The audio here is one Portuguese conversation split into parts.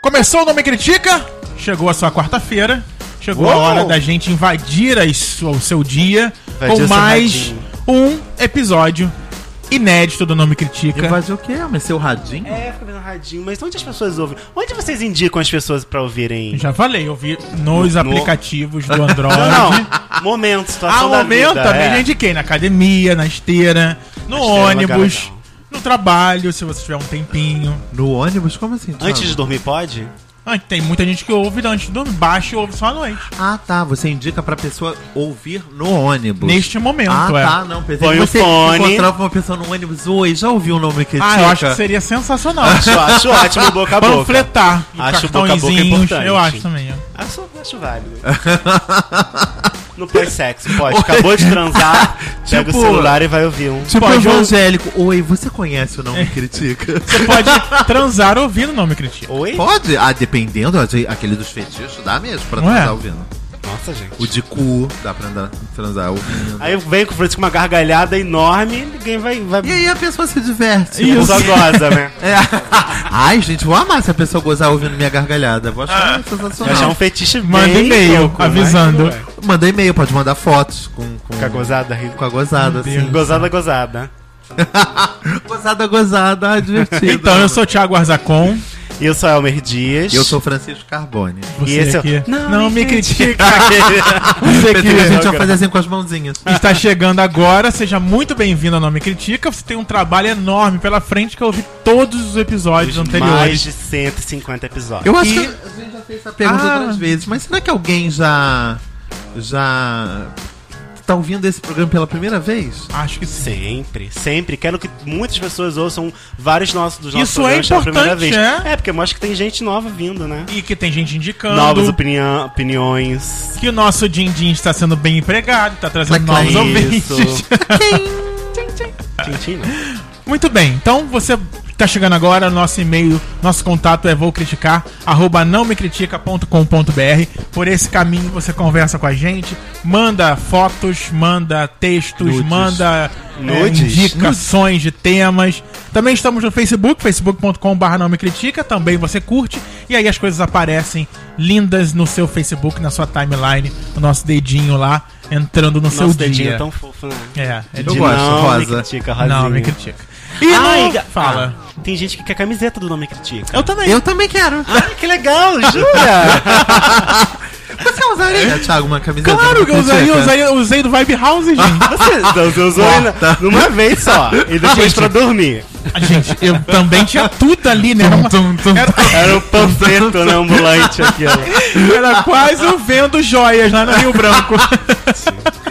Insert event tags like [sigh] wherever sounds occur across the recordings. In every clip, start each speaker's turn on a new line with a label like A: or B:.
A: Começou o Não Me Critica? Chegou a sua quarta-feira. Chegou a
B: Uou!
A: hora da gente invadir a su- o seu dia
B: Invadir
A: com
B: seu
A: mais
B: radinho.
A: um episódio inédito do Não Me Critica.
C: Invadir o quê? Mas seu radinho?
B: É, fica vendo radinho, mas onde as pessoas ouvem? Onde vocês indicam as pessoas pra ouvirem?
A: Já falei, eu vi nos
B: No-
A: aplicativos
B: [laughs]
A: do Android.
B: Não, não. Momento,
A: Há
B: situação da
A: Ah, momento
B: vida,
A: também
B: é.
A: já indiquei na academia, na esteira, no
B: Na esteira é um lugar
A: ônibus,
B: legal.
A: no trabalho, se você tiver um tempinho.
C: No ônibus? Como assim? Thiago?
B: Antes de dormir,
A: [laughs]
B: pode?
A: Ah, tem muita gente que ouve antes de dormir, baixa e ouve só à noite.
C: Ah, tá. Você indica pra pessoa ouvir no ônibus.
A: Neste momento,
C: ah,
A: é.
C: tá. Não, pensei
B: Põe
C: que
B: o
C: você
B: fone.
C: encontrava uma pessoa no ônibus. Oi, já ouviu o nome que
A: Ah, eu acho que seria sensacional.
B: [laughs] Acho, acho ótimo boca a boca.
A: Panfletar. E
B: Acho o boca a boca
A: cartõezinhos,
B: importante.
A: Eu acho também. ó.
B: Acho, acho válido. No pós-sexo, pode. Acabou de transar,
A: [laughs]
B: pega
C: Tipo-
B: o celular e vai ouvir um.
C: Tipo
A: Pode, É. eu-
C: evangélico. Oi, você conhece o nome que critica? [laughs]
A: Você
B: [laughs]
A: pode transar ouvindo o nome critica.
B: Oi?
C: Pode? Ah, dependendo. às vezes, Aquele dos fetiches dá mesmo pra
A: Não
C: transar
A: é?
C: ouvindo.
B: Nossa, gente.
A: tipo.
C: O de cu dá pra andar- transar ouvindo.
B: Aí vem com o Francisco uma gargalhada enorme, ninguém vai. vai...
C: E aí a pessoa se diverte.
A: Isso.
B: Só
A: [laughs]
B: goza, né?
C: É. Ai, gente, vou amar se a pessoa gozar ouvindo minha gargalhada.
A: Ah.
C: Vou achar
B: Vai achar um
C: sensacional.
B: fetiche bem
A: Manda e-mail
B: louco, né?
A: avisando.
B: mas tudo bem.
C: Manda e-mail, pode mandar fotos com, com,
B: Fica gozada, ri-
C: com a gozada, assim.
B: Gozada, gozada.
C: Gozada, gozada, [laughs] ah, divertido.
A: Então, eu sou o Thiago Arzacon.
B: E eu sou Elmer Dias. [laughs]
C: Eu sou Francisco Carbone.
A: Você
B: esse é o-
A: aqui. Não,
B: Não
A: me
B: me
A: critica.
C: Você
A: que-
C: a gente vai fazer assim com as mãozinhas.
A: [laughs] Está chegando agora, seja muito bem-vindo ao Nome Critica. Você tem um trabalho enorme pela frente que eu ouvi todos os episódios
B: mais
A: anteriores.
B: de 150 episódios.
C: Eu acho
A: E-
C: que a gente já fez essa pergunta
A: Ah.
C: outras vezes, mas será que alguém já. já. tá ouvindo esse programa pela primeira vez?
A: Acho que sim.
B: Sempre, sempre. Quero que muitas pessoas ouçam vários nossos, dos nossos
A: Isso é
B: programas pela primeira
A: importante,
B: vez.
A: é?
B: É, porque mostra que tem gente nova vindo, né?
A: E que tem gente indicando
B: Novas opinião, opiniões.
A: que o nosso Din Din está sendo bem empregado, está trazendo
C: Tá
A: novos
B: é
C: claro.
A: ouvintes.
B: Tintim, né?
A: Muito bem, então você tá chegando agora, nosso e-mail, nosso contato é voucriticar, arroba não me Por esse caminho você conversa com a gente, manda fotos, manda textos,
C: Nudes.
A: manda é,
B: Nudes?
A: indicações de temas. Também estamos no Facebook, facebook.com.br não me critica, também você curte, e aí as coisas aparecem lindas no seu Facebook, na sua timeline, o nosso dedinho lá, entrando no seu
B: Nosso dedinho
A: dia.
B: é tão fofo, né?
A: É, é
C: Eu
A: de-
C: gosto,
B: não, Me
C: rosa.
B: critica,
A: Não,
B: rosinha.
A: me critica. E
B: Ai,
A: não...
B: ga-
A: fala.
B: Ah, tem gente que quer camiseta do Não Me Critica.
A: Eu também.
C: Eu também quero.
B: Ah, que legal, jura?
C: Você usaria, É, Thiago, uma camiseta?
A: Claro que eu usaria,
C: Peteca?
A: usei, usei do Vibe House, gente.
B: Você você usou ainda uma vez só. E depois
A: Gente.
B: pra dormir.
A: Ah, gente, eu também tinha tudo ali, né? Era, uma- era-
B: Era um panfleto né, ambulante aquilo.
A: era quase eu vendo joias lá no Rio Branco. [laughs]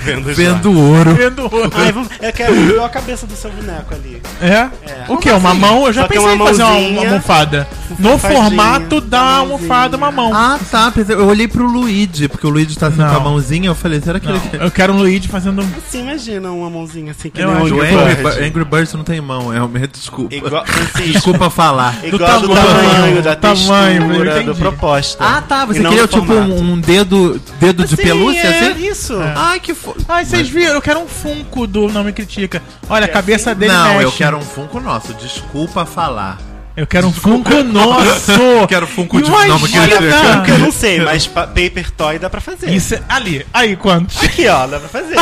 B: Vendo,
C: Vendo ouro.
A: vendo ouro.
B: Ai, vamos, é eu quero ver a cabeça do seu boneco ali.
A: É?
B: É.
A: O que? Uma mão? Eu já
B: Só que
A: pensei em
B: uma
A: fazer uma,
B: mãozinha.
A: uma almofada.
C: um
A: No
B: Fadinha,
A: formato da
B: uma
A: almofada, uma mão.
C: Ah, tá. pensei- Eu olhei pro Luigi, porque o Luigi tá assim
A: Não.
C: com a mãozinha. Eu falei, será que
A: Não,
C: ele.
A: eu quero um Luigi fazendo.
B: Assim, imagina uma mãozinha assim que
A: Eu
B: nem
A: acho
C: O
B: um
C: Angry,
B: Angry
C: Bird-
B: Bird.
C: Angry Birds não tem mão, é uma desculpa.
B: Igual, assim,
C: Desculpa falar.
B: igual do,
A: tamanho,
B: tamanho, da
A: do tamanho, eu
B: textura,
A: entendi.
B: do proposta.
C: Ah, tá.
B: E
C: Você
B: não
C: queria
B: do
C: tipo
B: formato.
C: um, um dedo, dedo de
B: Sim,
C: pelúcia,
B: é,
C: assim?
B: isso.
C: Ai, que fo...
A: Ai, vocês viram? Eu quero um Funko do Não Me Critica. Olha, a cabeça dele
C: Não,
A: mexe.
C: eu quero um Funko nosso. Desculpa falar.
A: Eu quero um
C: [laughs]
A: Funko nosso.
C: Quero Funko de-
A: Imagina!
C: Não Me Critica.
B: Porque tá. eu não sei, mas pa- paper toy dá pra fazer.
A: Isso é- ali. Aí, quantos?
B: Aqui, ó, dá pra fazer.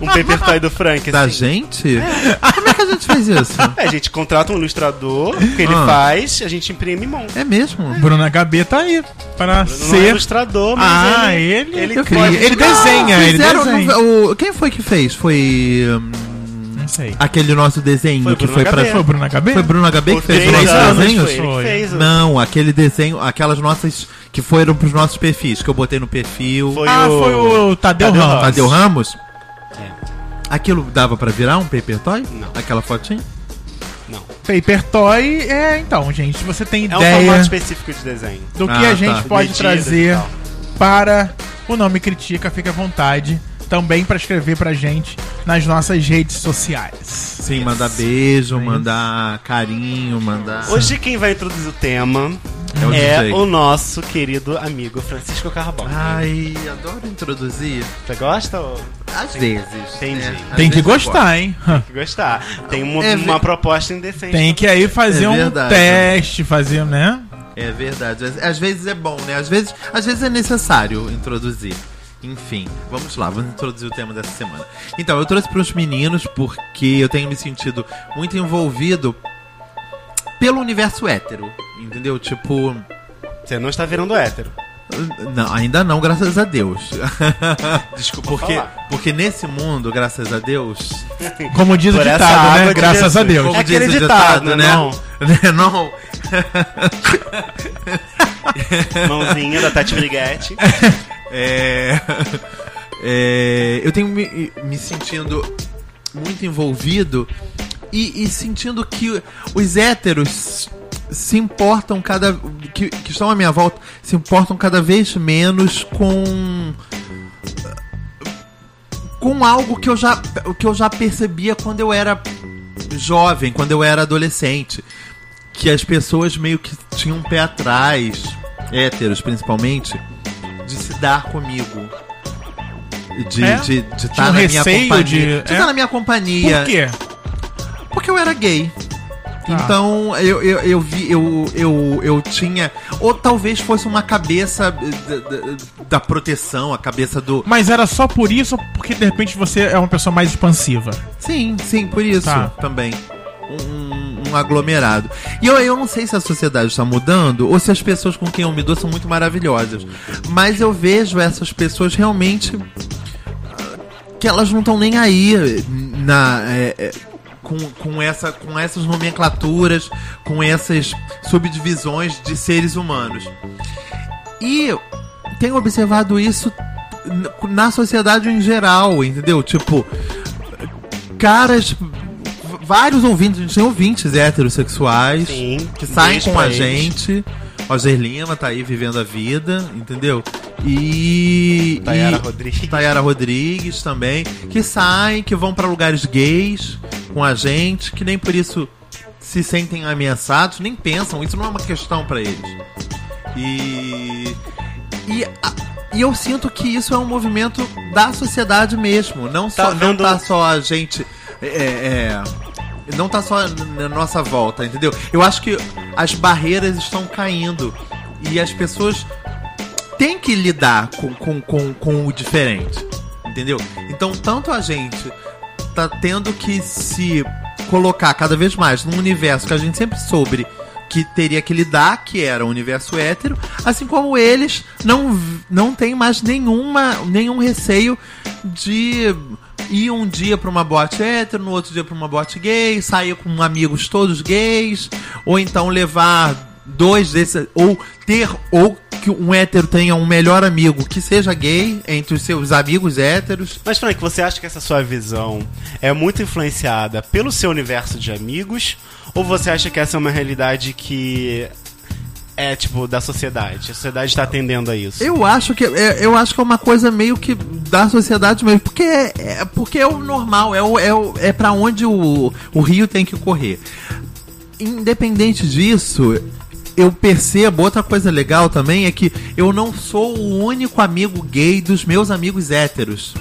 B: Um paper toy do Frank,
C: Da
B: assim.
C: gente? Como é que a gente faz isso?
B: É, a gente contrata um ilustrador, o que ele
C: Ah.
B: faz, a gente imprime e monta.
C: É mesmo?
A: Bruna Gabê tá aí para
B: Não é
A: ser.
B: ilustrador, mas
A: Ah, ele.
B: ele
A: eu
B: pode-
A: queria. Ele desenha, ele
C: Fizeram-
A: desenha.
C: o- quem foi que fez? Foi hum,
A: Não sei.
C: aquele nosso desenho
B: Foi
C: que
B: Bruno
C: foi pra...
B: Gabeira.
A: Foi Bruna Gabê?
C: Foi Bruno HB que
B: Por
C: fez
B: três
C: os nossos
B: anos
C: desenhos?
B: foi ele que
A: Foi.
B: fez. um-
C: Não, aquele desenho, aquelas nossas que foram pros nossos perfis, que eu botei no perfil.
B: Foi
A: ah,
B: o-
A: foi o Tadeu,
B: Tadeu
A: Ramos.
C: Tadeu Ramos? Aquilo dava pra virar um paper toy?
B: Não.
C: Aquela fotinha?
B: Não.
A: Paper Toy. É, então, gente, se você tem
B: É um formato
A: ideia
B: específico de desenho.
A: do que
C: Ah,
A: a
C: tá.
A: gente pode
B: Medidas e
A: trazer
B: tal.
A: para o Nome Critica, fica à vontade. Também para escrever pra gente nas nossas redes sociais.
C: Sim, mandar beijo, mandar carinho, mandar.
B: Hoje quem vai introduzir o tema
C: É o
B: é,
C: DJ.
B: o nosso querido amigo Francisco Carbon.
C: Ai, adoro introduzir.
B: Você gosta ou
C: Às vezes.
B: Entendi.
C: né? Às
A: Tem que
C: vezes eu gosto.
A: gostar, hein? [laughs]
B: que gostar? Tem uma,
C: É,
B: uma proposta indecente.
A: Tem que aí fazer
C: É
A: um
C: verdade.
A: teste, fazer, né?
C: É verdade. Às- Às vezes é bom, né? Às vezes, às vezes é necessário introduzir. Enfim, vamos lá, vamos introduzir o tema dessa semana. Então, eu trouxe para os meninos porque eu tenho me sentido muito envolvido pelo universo hétero, entendeu? Tipo,
B: Você não está virando
C: [laughs]
B: hétero.
C: não, ainda não, graças a Deus.
B: [laughs]
C: Desculpa, porque,
B: falar.
C: porque nesse mundo, graças a Deus,
A: Como diz o
B: Por essa
A: ditado,
B: água
A: né?
B: de
A: Graças
B: Jesus.
A: a Deus.
B: É aquele ditado, né?
C: Não. tá [laughs] Né, não.
B: Mãozinha da Tati Briguete.
C: É... [laughs] é, Eu tenho me, me sentindo muito envolvido e, e sentindo que os héteros se importam cada. Que, que estão à minha volta se importam cada vez menos com. com algo que eu já, que eu já percebia quando eu era jovem, quando eu era adolescente. Que as pessoas meio que tinham um pé atrás, héteros principalmente, de se dar comigo. De
A: É?
C: estar de, de
A: Tinha
C: tá
A: um
C: na minha
A: receio
C: companhia.
A: de-
C: De
A: é?
C: tá na minha companhia.
A: Por quê?
C: Porque eu era gay.
A: Tá.
C: Então eu, eu, eu vi, eu, eu, eu tinha. Ou talvez fosse uma cabeça eh, da, da- da proteção, a cabeça do.
A: Mas era só por isso ou porque de repente você é uma pessoa mais expansiva?
C: Sim, sim, por isso
A: Tá.
C: também. Um, um- um aglomerado. E eu, eu não sei se a sociedade está mudando ou se as pessoas com quem eu me dou são muito maravilhosas. Mas eu vejo essas pessoas realmente. ah, que elas não estão nem aí eh, na. eh, eh, com, com, essa, com essas nomenclaturas, com essas subdivisões de seres humanos. E tenho observado isso n- na sociedade em geral, entendeu? Tipo, caras. v- Vários ouvintes, a gente tem ouvintes heterossexuais
B: Sim,
C: que saem
B: beijo
C: com
B: pra
C: a
B: eles.
C: gente. Roger Lima tá aí vivendo a vida, entendeu? E.
B: Tayara
C: e-
B: Rodrigues.
C: Tayara Rodrigues também. Que saem, que vão pra lugares gays com a gente, que nem por isso se sentem ameaçados, nem pensam, isso não é uma questão pra eles. E. E, a- e eu sinto que isso é um movimento da sociedade mesmo. Não,
B: Tá
C: só, não
B: vendo-
C: tá só a gente. É, é, não tá só n- na nossa volta, entendeu? Eu acho que as barreiras estão caindo. E as pessoas têm que lidar com, com, com, com o diferente. Entendeu? Então, tanto a gente tá tendo que se colocar cada vez mais num universo que a gente sempre soube que teria que lidar, que era o universo hétero, assim como eles não, v- não tem mais nenhuma, nenhum receio de ir um dia pra uma boate hétero, no outro dia pra uma boate gay, sair com amigos todos gays, ou então levar dois desses, ou ter, ou que um hétero tenha um melhor amigo que seja gay entre os seus amigos héteros.
B: Mas, Frank, você acha que essa sua visão é muito influenciada pelo seu universo de amigos? Ou você acha que essa é uma realidade que é, tipo, da sociedade? A sociedade está atendendo a isso?
C: Eu acho que é, eu acho que é uma coisa meio que da sociedade mesmo, porque é, é- porque é o normal, é o, é, o, é para onde o, o rio tem que correr. Independente disso, eu percebo outra coisa legal também é que eu não sou o único amigo gay dos meus amigos héteros.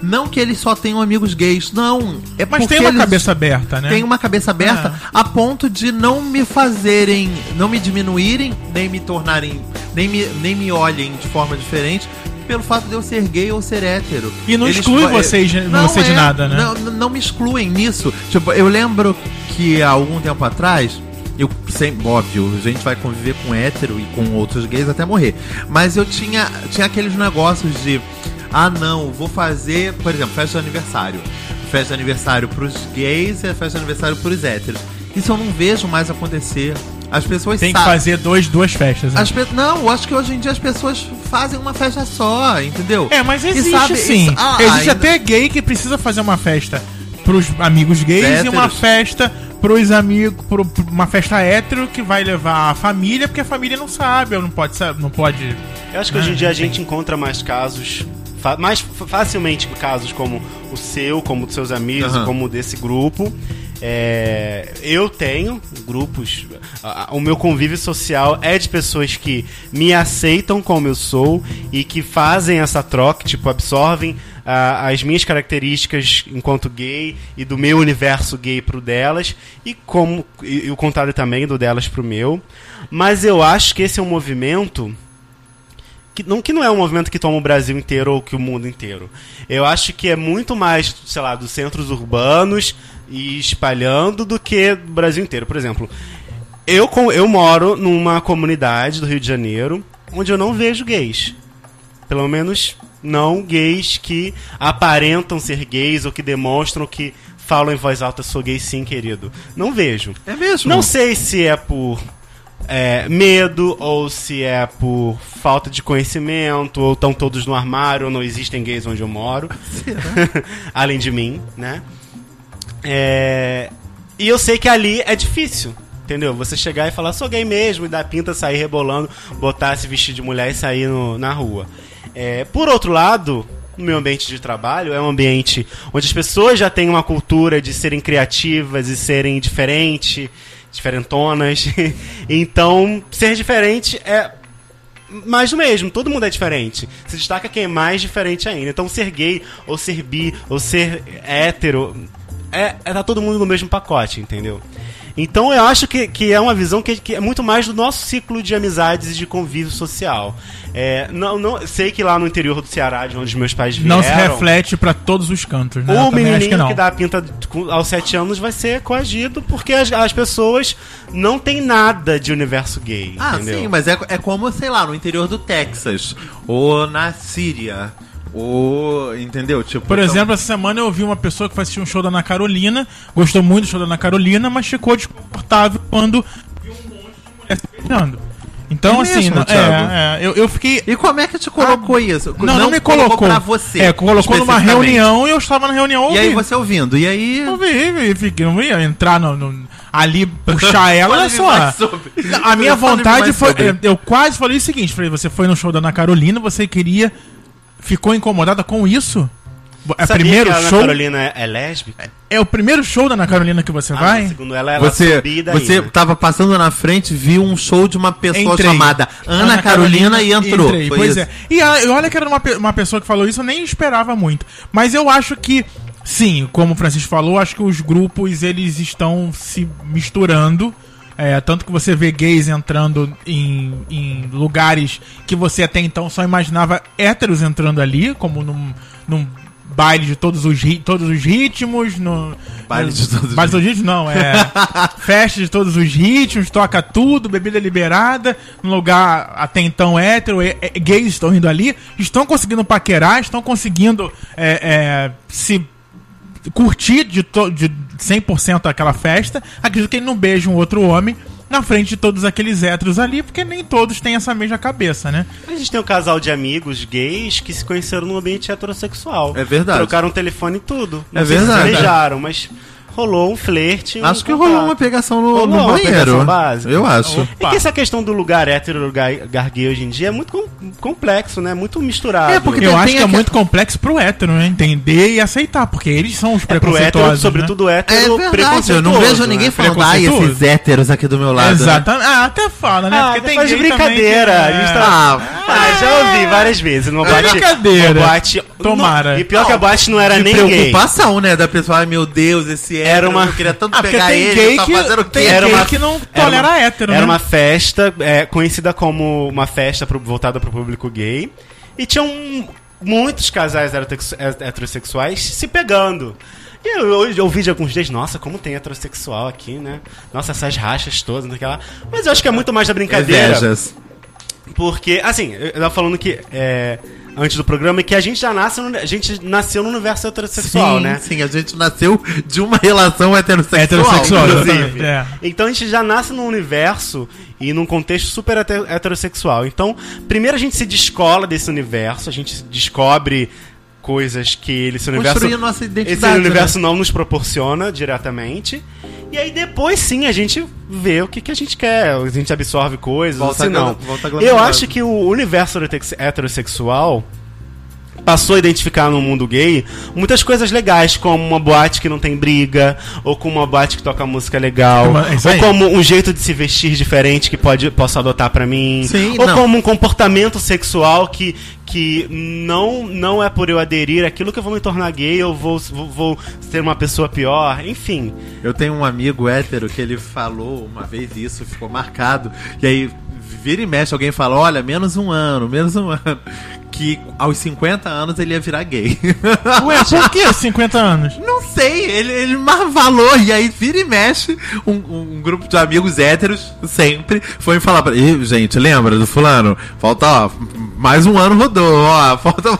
C: Não que eles só tenham amigos gays, não. É
A: Mas
C: porque
A: tem uma
C: eles-
A: cabeça aberta, né?
C: tem uma cabeça aberta a ponto de não me fazerem, não me diminuírem, nem me tornarem, nem me, nem me olhem de forma diferente pelo fato de eu ser gay ou ser hétero.
A: E não exclui
C: fa-
A: vocês de- você de nada, né?
C: é. Não, não me excluem nisso. Tipo, eu lembro que há algum tempo atrás. Eu sempre, óbvio, a gente vai conviver com hétero e com outros gays até morrer. Mas eu tinha, tinha aqueles negócios de. Ah, não, vou fazer, por exemplo, festa de aniversário. Festa de aniversário pros gays e a festa de aniversário pros héteros. Isso eu não vejo mais acontecer. As pessoas
A: Tem que
C: sabem.
A: fazer dois, duas festas. né?
C: As pe- Não, eu acho que hoje em dia as pessoas fazem uma festa só, entendeu?
A: É, mas
C: E
A: existe
C: sabe-
A: sim.
C: isso- ah,
A: existe
C: ainda-
A: até gay que precisa fazer uma festa pros amigos gays e
C: Héteros.
A: uma festa pros amigos, pro, pro- uma festa hétero que vai levar a família, porque a família não sabe, ou não pode, sa- não pode.
B: Eu acho que hoje em dia a gente encontra mais casos, fa- mais fa- facilmente casos como o seu, como dos seus amigos,
C: Aham.
B: como desse grupo. É, eu tenho grupos. a- a- O meu convívio social é de pessoas que me aceitam como eu sou e que fazem essa troca, tipo, absorvem ah, as minhas características enquanto gay e do meu universo gay pro delas e como e, e o contrário também do delas pro meu. Mas eu acho que esse é um movimento que não, que não é um movimento que toma o Brasil inteiro ou que o mundo inteiro. Eu acho que é muito mais, sei lá, dos centros urbanos e espalhando do que do Brasil inteiro. Por exemplo, eu, com- eu moro numa comunidade do Rio de Janeiro onde eu não vejo gays. Pelo menos não gays que aparentam ser gays ou que demonstram que falam em voz alta sou gay sim, querido. Não vejo.
C: É mesmo?
B: Não sei se é por é, medo ou se é por falta de conhecimento ou estão todos no armário ou não existem gays onde eu moro. Além de mim, né? É, E eu sei que ali é difícil. Entendeu? Você chegar e falar, sou gay mesmo, e dar pinta, sair rebolando, botar se vestir de mulher e sair no- na rua. É, por outro lado, no meu ambiente de trabalho, é um ambiente onde as pessoas já têm uma cultura de serem criativas e serem diferentes, diferentonas. [laughs] então, ser diferente é mais do mesmo, todo mundo é diferente. Se destaca quem é mais diferente ainda. Então ser gay, ou ser bi, ou ser hétero, é, é tá todo mundo no mesmo pacote, entendeu? Então eu acho que, que é uma visão que, que é muito mais do nosso ciclo de amizades e de convívio social. É, não, não, sei que lá no interior do Ceará, de onde os meus pais vieram...
A: Não se reflete pra todos os cantos, né? Eu
B: O
A: também
B: menininho
A: acho
B: que,
A: não.
B: dá a pinta com- aos 7 anos vai ser coagido porque as, as pessoas não têm nada de universo gay.
C: Ah,
B: entendeu?
C: sim, mas é, é como, sei lá, no interior do Texas, ou na Síria, ou. Entendeu? Tipo,
A: Por
C: então-
A: exemplo, essa semana eu ouvi uma pessoa que foi assistir um show da Ana Carolina, gostou muito do show da Ana Carolina, mas ficou desconfortável quando viu um monte de mulher se beijando. Então,
C: É
A: assim,
C: mesmo,
A: não-
C: Thiago?
A: é, é, eu, eu fiquei.
C: E como é que te colocou isso?
A: Ah, Não, não, me colocou.
C: pra você.
A: É, colocou numa
C: especificamente.
A: reunião e eu estava na reunião
C: E
A: ouvindo.
C: aí você ouvindo. E aí.
A: Eu vi, e fiquei, não ia entrar no, no- ali, puxar ela, olha
C: Fale-me mais
A: só.
C: sobre.
A: A minha
C: Fale-me
A: vontade
C: mais
A: foi. É.
C: sobre.
A: Eu quase falei o seguinte: falei, você foi no show da Ana Carolina, você queria. Ficou incomodada com isso? É o
B: Sabia
A: primeiro
B: que a Ana
A: show?
B: Carolina é- é lésbica?
A: É o primeiro show da Ana Carolina que você
B: Ah,
A: vai?
B: segundo ela, ela
C: Você,
B: subia e daí,
C: você
B: né?
C: tava passando na frente, viu um show de uma pessoa
A: Entrei.
C: chamada Ana, Carolina, e entrou.
A: Entrei,
C: Foi
A: pois
C: isso.
A: é. E a- e olha que era uma, pe- uma pessoa que falou isso, eu nem esperava muito. Mas eu acho que, sim, como o Francisco falou, acho que os grupos eles estão se misturando. É, tanto que você vê gays entrando em, em lugares que você até então só imaginava héteros entrando ali, como num, num baile de todos os, ri- todos os ritmos, no,
C: Baile de todos os
A: baile todos os ritmos, não, é festa de todos os ritmos, toca tudo, bebida liberada, num lugar até então hétero, e- e- gays estão indo ali, estão conseguindo paquerar, estão conseguindo é, é, se curtir de, to- de 100% aquela festa, acredito que ele não beija um outro homem na frente de todos aqueles héteros ali, porque nem todos têm essa mesma cabeça, né?
B: A gente tem um casal de amigos gays que se conheceram no ambiente heterossexual.
C: É verdade.
B: Trocaram telefone e tudo.
C: É
B: sei
C: verdade.
B: Se beijaram, mas rolou um flerte. um
C: Acho que rolou
B: contato.
C: uma pegação no,
B: Rolou
C: no
B: uma
C: banheiro.
B: pegação básica.
C: Eu acho.
B: É que essa questão do lugar hétero e lugar lugar gay hoje em dia é muito com- complexo, né? Muito misturado.
C: É, porque-
A: Eu
C: tem
A: acho que é
C: aquela-
A: muito complexo pro hétero, né? Entender e aceitar, porque eles são os
B: é pro hétero,
A: preconceituosos, né?
B: sobretudo
C: É
B: hétero
C: verdade, eu não vejo ninguém
B: né?
C: falando, ai,
A: Preconceituoso.
C: esses héteros aqui do meu lado. né?"
A: Exatamente. Ah, até fala, né?
B: Ah, faz de
A: gay
B: brincadeira,
A: também que-
B: a gente tá-
C: Ah,
B: Ah, já ouvi várias vezes. Numa
A: É
B: boate,
A: brincadeira.
B: numa boate-
A: Tomara.
B: Não, e pior que a boate não era
C: que
B: nem gay.
C: preocupação, né? Da pessoa, ai meu Deus, esse hétero,
B: Era uma-
C: eu queria tanto
A: Ah, porque
C: pegar
A: tem
C: ele,
A: gay
C: tá
A: que-
C: fazendo o quê?
A: tem
B: Era
A: gay
B: uma-
A: que não
B: era
A: tolera
B: uma-
A: hétero,
B: Era
A: né?
B: uma festa é, conhecida como uma festa pro- voltada pro público gay. E tinham muitos casais heterotex- heterossexuais se pegando. E eu, eu, eu ouvi de alguns dias, nossa, como tem heterossexual aqui, né? Nossa, essas rachas todas, não sei o que lá. Mas eu acho que é muito mais da brincadeira.
C: Invejas.
B: Porque, assim, eu tava falando que. é, antes do programa, que a gente já nasce. no- a gente nasceu no universo heterossexual,
C: sim,
B: né?
C: sim, a gente nasceu de uma relação heterossexual.
A: Heterossexual,
C: inclusive.
A: exatamente. É.
C: [laughs]
B: Então a gente já nasce num universo e num contexto super hete- heterossexual. Então, primeiro a gente se descola desse universo, a gente descobre coisas que ele- esse universo.
C: Construir a nossa
B: esse
C: identidade, né?
B: universo não nos proporciona diretamente. E aí depois sim a gente vê o que, que a gente quer, a gente absorve coisas,
C: Volta
B: se não.
C: glam- volta
B: Eu
C: glamurosa.
B: acho que o universo heterotex- heterossexual passou a identificar no mundo gay muitas coisas legais, como uma boate que não tem briga, ou como uma boate que toca música legal,
A: É isso
B: ou
A: aí.
B: como um jeito de se vestir diferente que pode, posso adotar pra mim,
C: Sim,
B: ou
C: não.
B: como um comportamento sexual que, que não, não é por eu aderir aquilo que eu vou me tornar gay, eu vou, vou, vou ser uma pessoa pior, enfim.
C: Eu tenho um amigo hétero que ele falou uma vez isso, ficou marcado. E aí, vira e mexe, alguém fala: olha, menos um ano, menos um ano. Que aos 50 anos ele ia virar gay. [laughs]
A: Ué, por que 50 anos?
C: Não sei, ele, ele mar- falou, e aí vira e mexe. Um, um- um grupo de amigos héteros, sempre, foi me falar pra ele: gente, lembra do fulano? Falta, ó, mais um ano rodou, ó, [laughs] falta.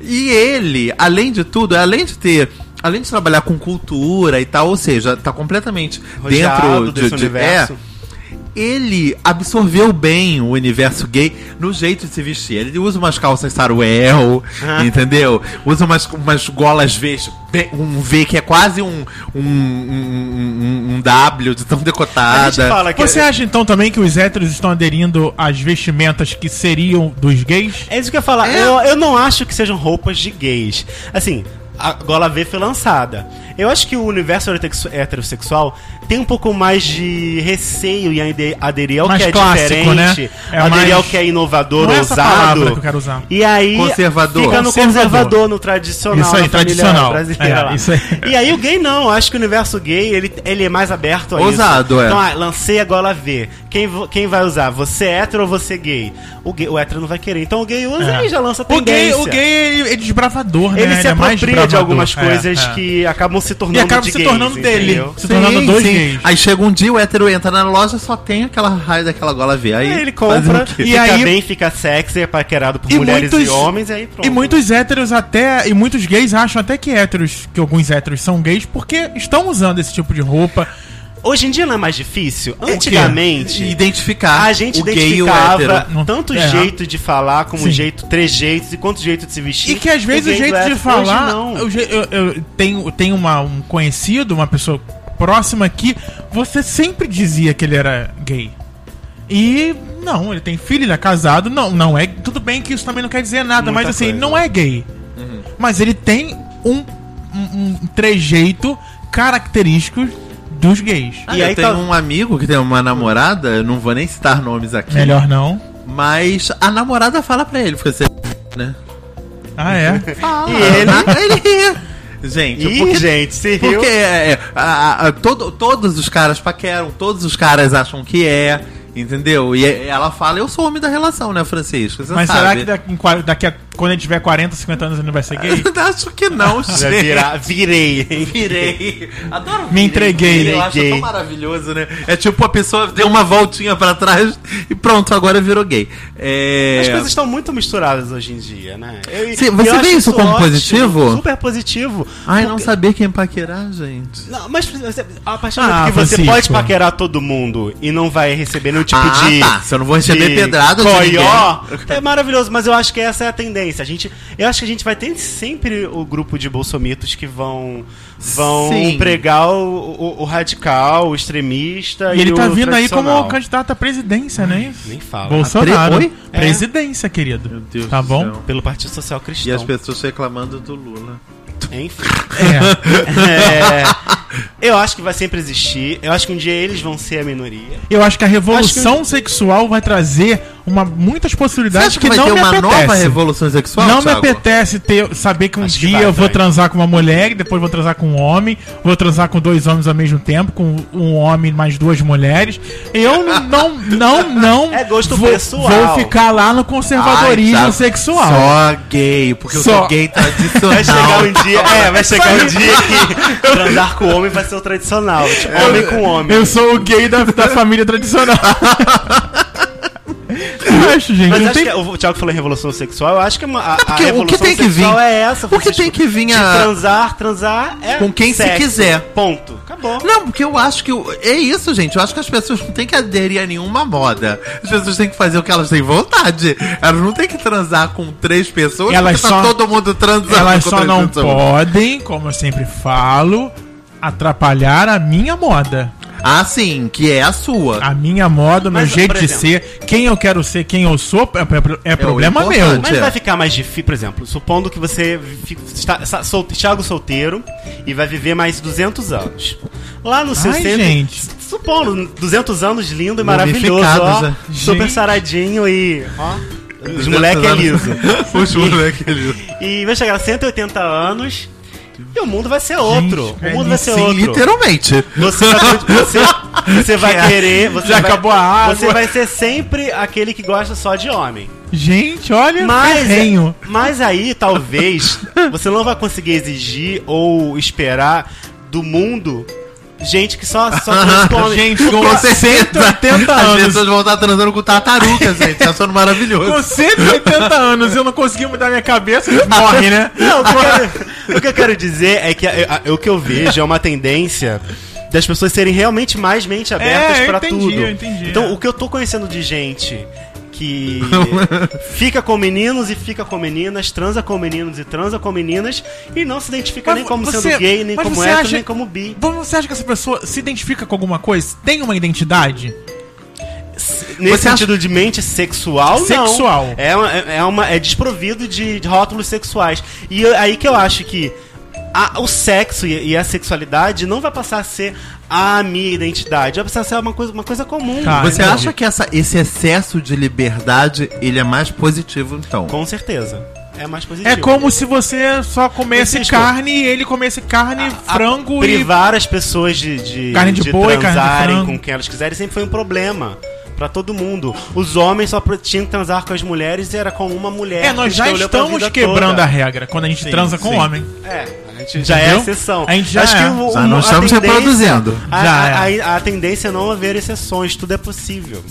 C: e ele, além de tudo, além de ter. Além de trabalhar com cultura e tal, ou seja, tá completamente
B: Rodeado
C: dentro de,
B: desse
C: de-
B: universo.
C: é, ele absorveu bem o universo gay no jeito de se vestir. Ele usa umas calças
B: [laughs]
C: saruel, entendeu? Usa umas, umas golas V, bem- um V que é quase um, um, um, um- um W de tão
B: A gente
C: decotada.
B: fala que
A: Você acha então também que os héteros estão aderindo às vestimentas que seriam dos gays?
B: É isso que eu ia falar.
C: É.
B: Eu, eu não acho que sejam roupas de gays. Assim, a Gola V foi lançada. Eu acho que o universo heterotex- heterossexual tem um pouco mais de receio em ade- aderir ao
A: Mais
B: que é
A: clássico,
B: diferente,
A: né? É
B: aderir
A: mais-
B: ao que é inovador,
A: Não é essa
B: ousado.
A: palavra que eu quero usar.
B: E aí
C: Conservador.
B: fica no
A: Conservador.
B: conservador, no tradicional,
A: Isso aí,
B: na família
A: tradicional.
B: brasileira.
A: É,
B: lá.
A: isso aí.
B: E aí o gay não, eu acho que o universo gay ele, ele é mais aberto a
C: Ousado,
B: isso.
C: é.
B: Então, ah, lancei a gola V. Quem, vo- quem vai usar? Você é hétero ou você é gay? O, gay? o hétero não vai querer. Então o gay usa
A: É.
B: e já lança
A: O gay,
B: tendência.
A: o gay ele é desbravador, né?
B: Ele se
A: é mais
B: apropria de
A: desbravador.
B: algumas
A: É,
B: coisas
A: é.
B: que acabam se tornando
A: E acaba
B: de
A: se
B: gays,
A: tornando dele.
B: entendeu?
A: Se tornando dois gays.
C: Aí chega um dia, o hétero entra na loja só tem aquela raio daquela gola V. Aí
B: Aí ele
C: fazer o
B: compra,
C: quê?
A: É, e
B: e fica
A: aí-
B: bem, fica sexy, é paquerado por
A: E
B: mulheres e
A: muitos-
B: homens, e aí pronto.
A: E muitos héteros até. E muitos gays acham até que héteros, que alguns héteros são gays, porque estão usando esse tipo de roupa.
B: Hoje em dia não é mais difícil.
A: quê?
B: Antigamente...
C: identificar
B: A gente
C: o gay e o hétero.
B: identificava
A: Não-
B: tanto
A: é.
B: jeito de falar, como
A: Sim.
B: jeito, três jeitos e quantos jeitos de se vestir.
A: E que às
B: O
A: vezes o
B: gay
A: jeito
B: hétero
A: de
B: hoje
A: falar. é
B: não.
A: Eu, eu, eu tenho, tenho uma, um conhecido, uma pessoa próxima que você sempre dizia que ele era gay. E não, ele tem filho, ele é casado, não, não é. Tudo bem que isso também não quer dizer nada,
B: Muita
A: mas assim,
B: coisa.
A: não é gay. Mas ele tem um, um, um trejeito característico dos gays.
C: Ah,
B: E
C: eu
B: aí
C: tenho
B: tá-
C: um amigo que tem uma namorada, eu não vou nem citar nomes aqui,
A: Melhor não.
C: mas a namorada fala pra ele, porque você é né?
A: Ah, é.
C: E
B: ele-
C: ele, ele ri. Gente,
B: Ah. Ih,
C: porque,
B: gente, se riu.
C: porque é, é, a- a- a- todo- todos os caras paqueram, todos os caras acham que é, entendeu? E é- ela fala, eu sou o homem da relação, né, Francisco? Você
A: Mas
C: sabe.
A: será que daqui, em qua- daqui a, quando ele tiver 40, 50 anos ele não vai
C: [laughs]
A: ser gay?
C: Acho que não,
B: Já
C: gente.
B: vira- virei.
C: Virei. Adoro
A: Me
C: virei,
A: entreguei,
C: virei, Eu acho
B: entreguei.
C: tão maravilhoso, né? É tipo a pessoa deu uma voltinha pra trás e pronto, agora virou gay. É...
B: As coisas estão muito misturadas hoje em dia, né? Eu-
C: Sim,
B: eu
C: você
B: acho
C: vê isso como positivo?
B: Super positivo.
C: Ai, não
B: Porque-
C: saber quem paquerar, gente.
B: Não, mas você- a partir do momento
A: Ah,
B: que você
A: Francisco.
B: pode paquerar todo mundo e não vai receber nenhum tipo
C: Ah,
B: de.
C: tá. Se eu não vou receber
B: de
C: pedrada de
B: coió, É maravilhoso, mas eu acho que essa é a tendência. A gente, eu acho que a gente vai ter sempre o grupo de bolsomitos que vão. Vão
C: Sim.
B: pregar o, o- o radical, o extremista.
A: E ele
B: o
A: tá vindo aí como
B: tradicional.
A: candidato à presidência, né? Isso.
B: Nem fala.
A: Bolsonaro. É.
C: A pre- Oi?
A: Presidência, querido.
C: Meu Deus
A: tá
C: do
A: bom?
C: céu.
B: Pelo Partido Social
C: E
B: Cristão.
C: as pessoas reclamando do Lula.
B: Enfim.
A: É.
B: É, eu acho que vai sempre existir. Eu acho que um dia eles vão ser a minoria.
A: Eu acho que a
B: Acho
A: revolução sexual vai trazer uma, muitas
C: Você
A: possibilidades
C: acha que,
A: que,
C: vai
A: não
C: ter
A: me
C: uma
A: apetece.
C: nova revolução sexual,
A: não me
C: Thiago?
A: apetece ter, saber que um
B: Acho que
A: dia
B: vai,
A: eu vou
B: vai.
A: transar com uma mulher, e depois vou transar com um homem, vou transar com dois homens ao mesmo tempo, com um homem e mais duas mulheres.
C: [laughs]
A: Eu não, não, não.
B: É gosto
A: vou,
B: pessoal.
A: Vou ficar lá no conservadorismo
C: Ai, tá.
A: sexual.
C: Só gay, porque eu
A: Só. [laughs]
C: sou gay
B: Vai chegar
C: tradicional.
B: um dia. É, vai chegar um dia que transar com homem vai ser o tradicional. Tipo, homem com homem.
A: Eu sou o gay da,
B: [laughs]
A: da família tradicional. Eu acho, gente.
B: Mas
A: não
B: acho
A: tem-
B: que é o Thiago falou em revolução sexual. Eu acho que a, a, a
C: porque o que
B: revolução
C: tem que
B: sexual
C: vir?
B: é essa.
C: O que tem que vir
B: de
C: a-
B: transar, transar é
C: Com quem se quiser.
B: Ponto. Acabou.
C: Não, porque eu acho que. o- É isso, gente. Eu acho que as pessoas não têm que aderir a nenhuma moda. As pessoas têm que fazer o que elas têm vontade. Elas não têm que transar com três pessoas
A: Elas
C: porque
A: só-
C: tá todo mundo transando
A: Elas
C: com
A: só
C: três
A: não
C: pessoas.
A: podem, como eu sempre falo, atrapalhar a minha moda.
C: Ah, sim, que é a sua.
A: A minha moda, meu
B: Mas,
A: jeito
B: por
A: de
B: exemplo-
A: ser, quem eu quero ser, quem eu sou, é, é- é problema meu.
C: importante.
B: Mas
C: É.
B: vai ficar mais difícil, por exemplo, supondo que você fi- está, sa- sol, Thiago solteiro e vai viver mais 200 anos. Lá no seu
A: Ai,
B: centro,
A: gente.
B: s- supondo 200 anos lindo e
C: Mumificados,
B: maravilhoso, ó,
C: né?
B: super
A: é. Gente.
B: saradinho e ó, os moleque é liso.
C: Os moleque é liso.
B: E vai chegar a 180 anos e o mundo vai ser outro. o
A: é
B: mundo vai ser
A: sim,
B: outro.
C: Literalmente.
B: Você vai,
A: [laughs]
B: você, você vai querer. Você
A: Já
B: vai-
A: acabou a água.
B: Você vai ser sempre aquele que gosta só de homem.
A: Gente, olha,
B: Mas,
A: ferrenho.
B: mas aí, talvez, você não vai conseguir exigir ou esperar do mundo gente que só, só
A: [laughs]
B: transforma.
A: Gente, com
C: Com
A: 180
C: [laughs] As
A: anos.
C: pessoas vão estar transando com tartaruga, gente. Tá sendo
B: é-
C: maravilhoso.
A: Com
B: [laughs]
A: 180 anos eu não consegui mudar minha cabeça, morre, né?
B: Não, o que, eu quero, o que eu quero dizer é que a- a- o que eu vejo é uma tendência das pessoas serem realmente mais mente abertas
A: É, eu
B: pra
A: entendi,
B: tudo.
A: eu entendi. é.
B: Então, o que eu tô conhecendo de gente
A: [laughs]
B: que fica com meninos e fica com meninas, transa com meninos e transa com meninas e não se identifica
A: Mas
B: nem como
A: você-
B: sendo gay, nem
A: mas
B: como
A: você
B: hétero,
A: acha-
B: nem como bi.
A: Bom, Você acha que essa pessoa se identifica com alguma coisa? Tem uma identidade?
B: Nesse
C: Você acha-
B: sentido de mente sexual, não.
A: Sexual.
B: É, uma- é é uma, é desprovido de, de rótulos sexuais. E eu- aí que eu acho que a- o sexo e, e a sexualidade não vai passar a ser a minha identidade. Vai passar a ser uma coisa, uma coisa comum.
A: Tá,
C: Você
A: entendi.
C: acha que essa- esse excesso de liberdade, ele é mais positivo, então?
B: Com certeza. É mais positivo.
A: É como se você só comesse
B: Francisco,
A: carne e ele comesse carne,
B: A-
A: frango e.
B: privar as pessoas de, de,
A: Carne de boi, carne de
B: transarem
A: frango.
B: com quem elas quiserem sempre foi um problema. Pra todo mundo. Os homens só pro- tinham que transar com as mulheres e era com uma mulher.
A: É, nós
B: que
A: já
B: escolheu pra
A: estamos
B: vida
A: quebrando
B: toda.
A: a regra quando a gente
B: Sim,
A: transa com
B: sim.
A: homem.
B: É, a gente já é
A: Entendeu?
B: exceção.
A: A gente já é.
B: o-
C: Já
B: o-
C: não
B: a
C: estamos
B: tendência-
C: reproduzindo.
B: A,
A: Já
B: a- a- a tendência é não haver exceções, tudo é possível.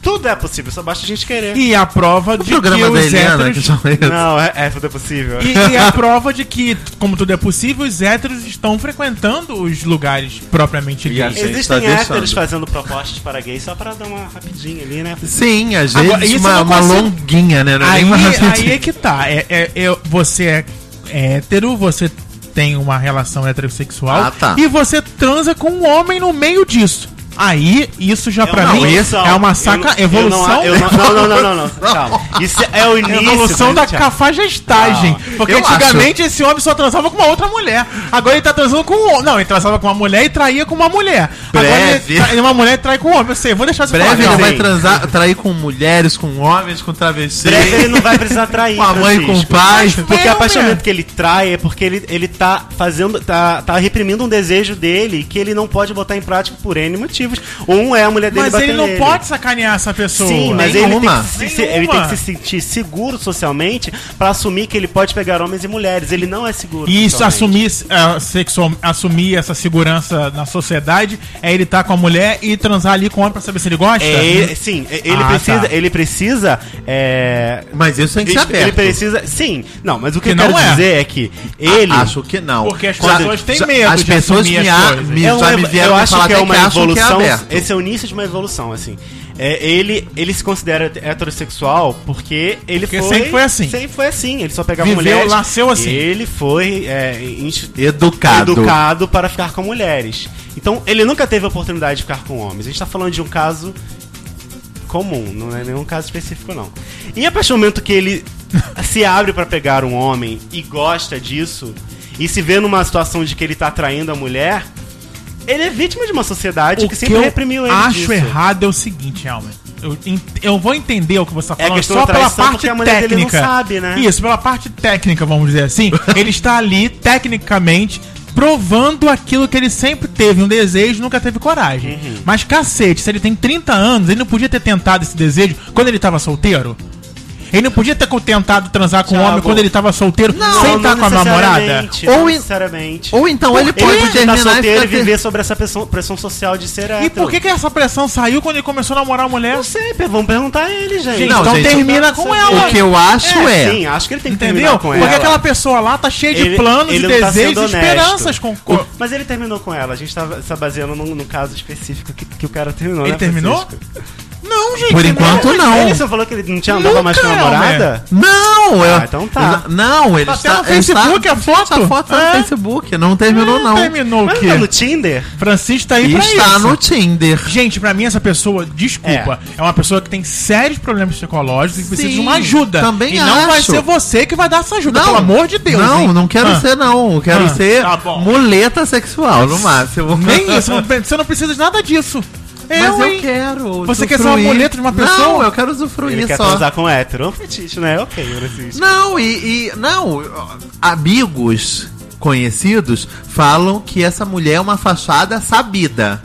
B: Tudo é possível, só basta a gente querer.
A: E a prova
C: O
A: de
C: programa
A: que
C: da
A: os
C: Helena, que
A: héteros.
C: chama isso.
B: Não, é, é, tudo é possível.
A: [laughs] E, e a prova de que, como tudo é possível, os héteros estão frequentando os lugares propriamente
C: E
A: gays.
C: assim,
B: Existem
C: tá deixando.
B: héteros fazendo propostas para gays só para dar uma rapidinha ali, né?
C: Sim, às vezes
A: Agora, isso
C: uma,
A: eu não
C: uma
A: consigo-
C: longuinha, né? Não é
A: Aí,
C: nem uma
A: aí é que tá. É, é- é- você é hétero, você tem uma relação heterossexual
C: Ah, tá.
A: e você transa com um homem no meio disso. Aí, isso já
B: É
A: pra
B: uma
A: mim
B: evolução.
A: é uma
B: Eu
A: saca
B: não- eu
A: evolução.
B: não- eu
A: [laughs]
B: não- não, não, não, não, não. Calma. Isso é o início.
A: Evolução da
B: Cristiano.
A: cafajestagem. Porque
C: eu
A: antigamente esse homem só transava com uma outra mulher. Agora ele tá transando com um homem. Não, ele transava com uma mulher e traía com uma mulher. Agora ele
C: Breve.
A: tra- uma mulher trai com um homem. Eu sei, vou deixar você
C: Breve ele
A: falar.
C: vai
B: sim.
C: transar, trair com mulheres, com homens, com travestis.
B: Breve ele não vai precisar trair.
C: Com a mãe, com o
B: Francisco.
C: pai.
B: Porque
A: Meu,
B: o apaixonamento
A: meu.
B: que ele trai é porque ele, ele tá fazendo, tá, tá reprimindo um desejo dele que ele não pode botar em prática por N motivos. Um é a mulher dele
A: Mas
B: bater
A: ele não
B: nele.
A: pode sacanear essa pessoa.
B: Sim, mas
C: nenhuma.
B: ele tem, que se- se, ele tem
A: Nenhuma.
B: que se sentir seguro socialmente pra assumir que ele pode pegar homens e mulheres. Ele não é seguro.
A: E isso,
B: socialmente.
A: assumir, eh, sexual, assumir essa segurança na sociedade é ele estar com a mulher e transar ali com o homem pra saber se ele gosta?
B: É, ele- sim, é- ele
A: Ah,
B: precisa,
A: tá.
B: ele precisa é,
C: Mas isso tem que
B: ele,
C: ser aberto.
B: ele precisa, sim. Não, mas o que,
A: Que
B: eu quero
A: não é.
B: dizer é que ele
C: Acho que não.
A: Porque as
C: Já-
A: pessoas têm
C: já-
A: medo
C: As
A: de
C: pessoas
A: assumir
C: me,
A: as
C: a-
A: coisas.
C: me,
B: É um
C: já
B: ev-
C: me
B: eu
C: vieram me
B: acho
C: falar
B: que é
C: até
B: uma
C: que acham que é
B: evolução.
C: aberto.
B: esse é o início de uma evolução, assim. É, ele, ele se considera heterossexual porque ele
A: Porque sempre foi assim.
B: Sempre foi assim. Ele só pegava
A: Viveu,
B: mulheres.
A: nasceu assim.
B: Ele foi é, inst-
C: Educado.
B: educado para ficar com mulheres. Então, ele nunca teve a oportunidade de ficar com homens. A gente tá falando de um caso comum, não é nenhum caso específico, não. E a partir do momento que ele se abre pra pegar um homem e gosta disso, e se vê numa situação de que ele tá traindo a mulher, ele é vítima de uma sociedade
A: o
B: que
A: que,
B: sempre
A: eu
B: reprimiu ele
A: acho
B: disso.
A: errado é o seguinte, Almer. Eu, ent- eu vou entender o que você está
B: É a
A: falando
B: questão
A: só
B: da
A: pela
B: traição,
A: parte
B: porque a mulher
A: técnica.
B: dele não sabe, né?
A: Isso, pela parte técnica, vamos dizer
B: [laughs]
A: assim. ele está ali, tecnicamente, provando aquilo que ele sempre teve, um desejo, nunca teve coragem.
B: Uhum.
A: Mas cacete, se ele tem 30 anos, ele não podia ter tentado esse desejo quando ele estava solteiro? Ele não podia ter co- tentado transar com um
B: Thiago.
A: homem quando ele estava solteiro,
B: Não,
A: sem estar
B: não
A: com a namorada?
B: necessariamente,
C: namorada?
B: Não
C: Ou em-
B: necessariamente.
C: Ou então ele
B: Ele
C: pode
B: tá
C: terminar e
B: solteiro e
C: ficar ter-
B: viver sobre essa pressão, pressão social de ser hétero.
A: E por que, que essa pressão saiu quando ele começou a namorar a mulher?
B: Não sei, pe- vamos perguntar a ele, gente.
A: Gente,
C: Não,
A: então
C: gente,
A: termina
B: eu-
A: com
B: eu-
A: ela.
C: O que eu acho é.
B: Sim, acho que ele tem que
A: Entendeu?
B: terminar com
A: Porque
B: ela.
A: aquela pessoa lá tá cheia de
B: Ele-
A: planos
B: ele
A: e
B: não tá
A: desejos
B: sendo
A: e
B: honesto.
A: esperanças com co-
B: Mas ele terminou com ela. A gente tá, tá baseando num, num caso específico que, que o cara terminou,
A: Ele
B: né,
A: terminou?
B: Francisco?
A: Não, não, gente.
C: Por enquanto, não.
B: Ele só falou que ele não tinha andado
A: Nunca,
B: mais com a namorada?
C: Não, eu-
B: então tá.
C: n- Não, ele
A: Ah, Tá
C: está.
A: até no Facebook
C: ele
A: a foto?
C: A foto tá
A: É.
C: no Facebook, não terminou, não.
A: Terminou o
B: Mas
A: quê?
B: não tá no Tinder?
A: Francisco tá aí
C: E
A: pra
C: está
A: isso.
C: no Tinder.
A: Gente, pra mim essa pessoa, desculpa, é, uma pessoa que tem sérios problemas psicológicos e precisa de uma ajuda.
C: também
A: e não vai
C: acho.
A: ser você que vai dar essa ajuda,
C: Não,
A: pelo amor de Deus.
C: Não,
A: hein?
C: não quero
A: Ah,
C: ser, não. Eu quero
A: Ah,
C: ser
A: tá bom.
C: muleta sexual, no máximo. [laughs]
A: Nem isso, não- você não precisa de nada disso.
C: Mas
A: eu,
C: eu,
A: hein?
C: quero.
A: Você quer ser uma
C: usufruir.
A: muleta de uma pessoa?
C: Não, eu quero usufruir
B: Ele quer
C: só.
B: transar com um hétero. É um fetiche, né? Ok, Francisco.
C: Não, e, e- Não, amigos conhecidos falam que essa mulher é uma fachada sabida.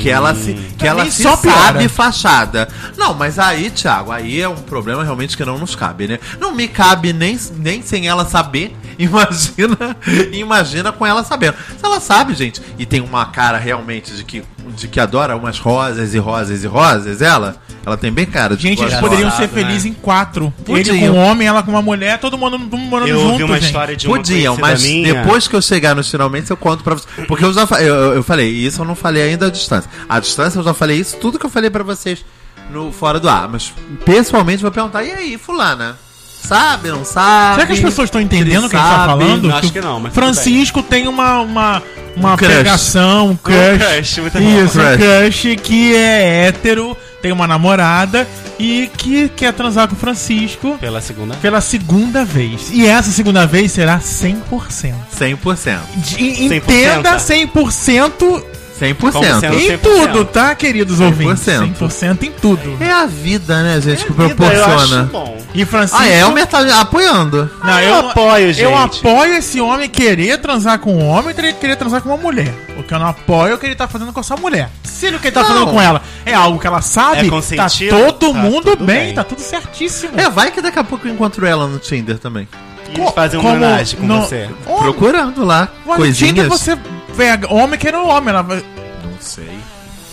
C: Que ela se, que ela
A: Hum. mim
C: se
A: só piora.
C: sabe fachada. Não, mas aí, Thiago, aí é um problema realmente que não nos cabe, né? Não me cabe nem, nem sem ela saber. [laughs] Imagina, imagina com ela sabendo. Se ela sabe, gente, e tem uma cara realmente de que, de que adora umas rosas e rosas e rosas, ela, ela tem bem cara de
A: Gente,
C: que
A: eles
C: gosta.
A: poderiam ser
B: Engraçado,
A: felizes em quatro. Ele
C: Podiam.
A: com um homem, ela com uma mulher, todo mundo todo mundo morando
B: Eu
A: junto,
B: ouvi uma
A: gente.
B: história de uma
C: Podiam,
B: conhecida
C: mas
B: minha.
C: depois que eu chegar nos finalmente eu conto pra você. Porque eu já fa- eu, eu- eu falei, isso eu não falei ainda à distância. À distância eu já falei isso, tudo que eu falei pra vocês no fora do ar. Mas pessoalmente eu vou perguntar, e aí, fulana? Sabe, não sabe?
A: Será que as pessoas estão entendendo o que a gente tá
C: Sabe?
A: falando?
B: Não, acho que não, mas tudo
A: Francisco tem uma, uma, uma
C: Um crush.
A: pegação, um crush.
B: crush, muito bom.
A: Isso, um
C: Crush.
A: crush que é hétero, tem uma namorada e que quer transar com o Francisco
B: Pela segunda vez.
A: pela segunda vez. E essa segunda vez será 100%.
C: 100%.
A: De, entenda 100%
C: 100%.
B: Como
A: em
B: 100%.
A: tudo, tá, queridos ouvintes?
C: 100%.
A: 100% em tudo.
C: É a vida, né, gente, que
B: É Eu acho
C: proporciona.
B: bom.
A: E Francisco...
C: Ah, é, o metal apoiando.
A: Não,
B: Ah,
A: eu,
B: eu apoio,
A: Eu
B: gente.
A: apoio esse homem querer transar com um homem e querer- querer transar com uma mulher. O que eu não apoio é o que ele tá fazendo com essa mulher. Se o que ele tá
C: Não.
A: fazendo com ela é algo que ela sabe,
B: É
A: tá
B: consentido,
A: todo
B: tá
A: mundo
B: tudo
A: bem,
B: bem.
A: tá tudo certíssimo.
C: É, vai que daqui a pouco eu encontro ela no Tinder também.
B: E eles fazem uma
A: Como-
B: um homenagem com
A: não-
B: você.
A: Homem,
C: Procurando lá
A: mas no Tinder
C: coisinhas.
A: você pega homem que era homem. Ela... vai-
C: Não sei.